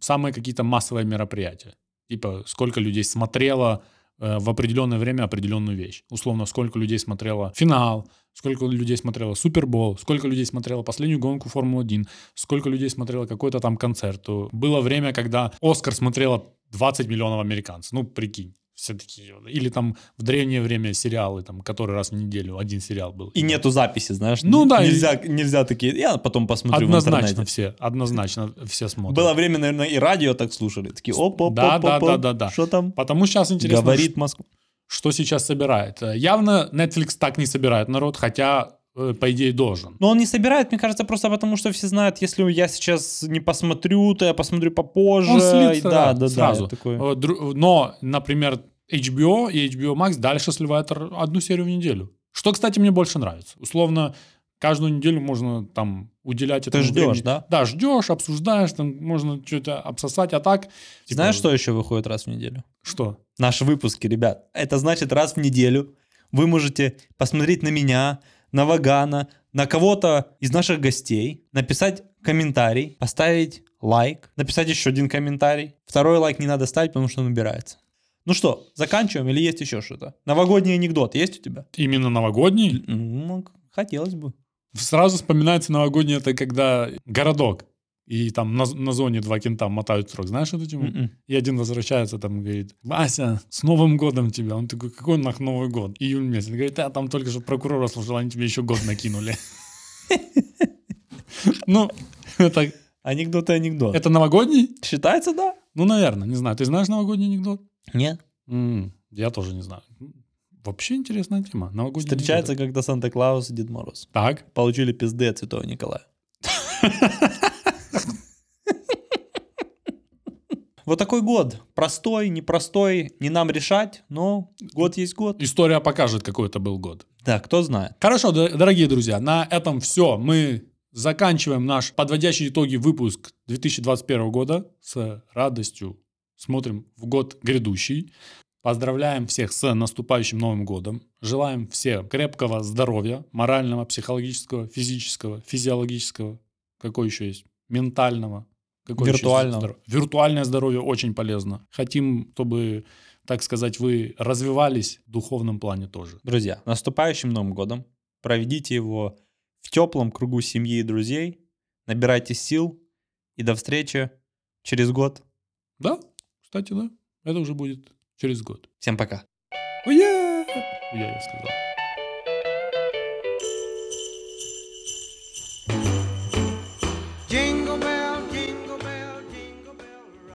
A: самые какие-то массовые мероприятия. Типа, сколько людей смотрело э, в определенное время определенную вещь. Условно, сколько людей смотрело финал, сколько людей смотрело Супербол, сколько людей смотрело последнюю гонку Формулы-1, сколько людей смотрело какой-то там концерт. Было время, когда Оскар смотрело 20 миллионов американцев. Ну, прикинь. Все такие. Или там в древнее время сериалы, там, который раз в неделю один сериал был.
B: И нету записи, знаешь.
A: Ну да,
B: Нельзя, нельзя такие. Я потом посмотрю в
A: Однозначно
B: интернете.
A: все, однозначно все смотрят.
B: Было время, наверное, и радио так слушали. Такие оп оп
A: Да,
B: оп,
A: да,
B: оп,
A: да,
B: оп.
A: да, да.
B: Что там?
A: Потому сейчас интересно,
B: Говорит
A: ш-
B: Москва.
A: что сейчас собирает. Э, Явно Netflix так не собирает народ, хотя, э, по идее, должен.
B: Но он не собирает, мне кажется, просто потому, что все знают, если я сейчас не посмотрю, то я посмотрю попозже.
A: Он слит
B: И
A: сра-
B: да, да,
A: сразу.
B: Да, я такой.
A: Э, дру- Но, например, HBO и HBO Max дальше сливают р- одну серию в неделю. Что, кстати, мне больше нравится. Условно, каждую неделю можно там уделять этому
B: ждешь,
A: времени.
B: да?
A: Да, ждешь, обсуждаешь, там можно что-то обсосать, а так... типа,
B: Знаешь, что еще выходит раз в неделю?
A: Что?
B: Наши выпуски, ребят. Это значит, раз в неделю вы можете посмотреть на меня, на Вагана, на кого-то из наших гостей, написать комментарий, поставить лайк, написать еще один комментарий. Второй лайк не надо ставить, потому что он убирается. Ну что, заканчиваем или есть еще что-то? Новогодний анекдот есть у тебя?
A: Именно новогодний?
B: Ну, хотелось бы.
A: Сразу вспоминается новогодний, это когда городок, и там на, на зоне два кента мотают срок. Знаешь эту тему?
B: Мгм.
A: И один возвращается там и говорит, Вася, с Новым годом тебя. Он такой, какой нах Новый год? Июнь месяц. Он говорит, а там только что прокурора слушал, они тебе еще год накинули. Ну, это,
B: Анекдот и анекдот.
A: это новогодний?
B: считается, да?
A: Ну, наверное, не знаю. Ты знаешь новогодний анекдот?
B: Нет.
A: М, Я тоже не знаю. Вообще интересная тема. Новогодний
B: Встречается,
A: анекдот.
B: когда Санта-Клаус и Дед Мороз.
A: Так.
B: Получили пизды от Святого Николая. Вот такой год. Простой, непростой, не нам решать, но год есть год.
A: История покажет, какой это был год.
B: Да, кто знает.
A: Хорошо, дор- дорогие друзья, на этом все. Мы заканчиваем наш подводящий итоги выпуск 2021 года с радостью. Смотрим в год грядущий. Поздравляем всех с наступающим Новым годом. Желаем всем крепкого здоровья, морального, психологического, физического, физиологического. Какой еще есть? Ментального. Какое еще есть
B: Виртуального.
A: здоровье? Виртуальное здоровье очень полезно. Хотим, чтобы, так сказать, вы развивались в духовном плане тоже.
B: Друзья, наступающим Новым годом. Проведите его в теплом кругу семьи и друзей. Набирайте сил. И до встречи через год.
A: Да, кстати, да. Это уже будет через год.
B: Всем пока.
A: Уе! Я, я сказал.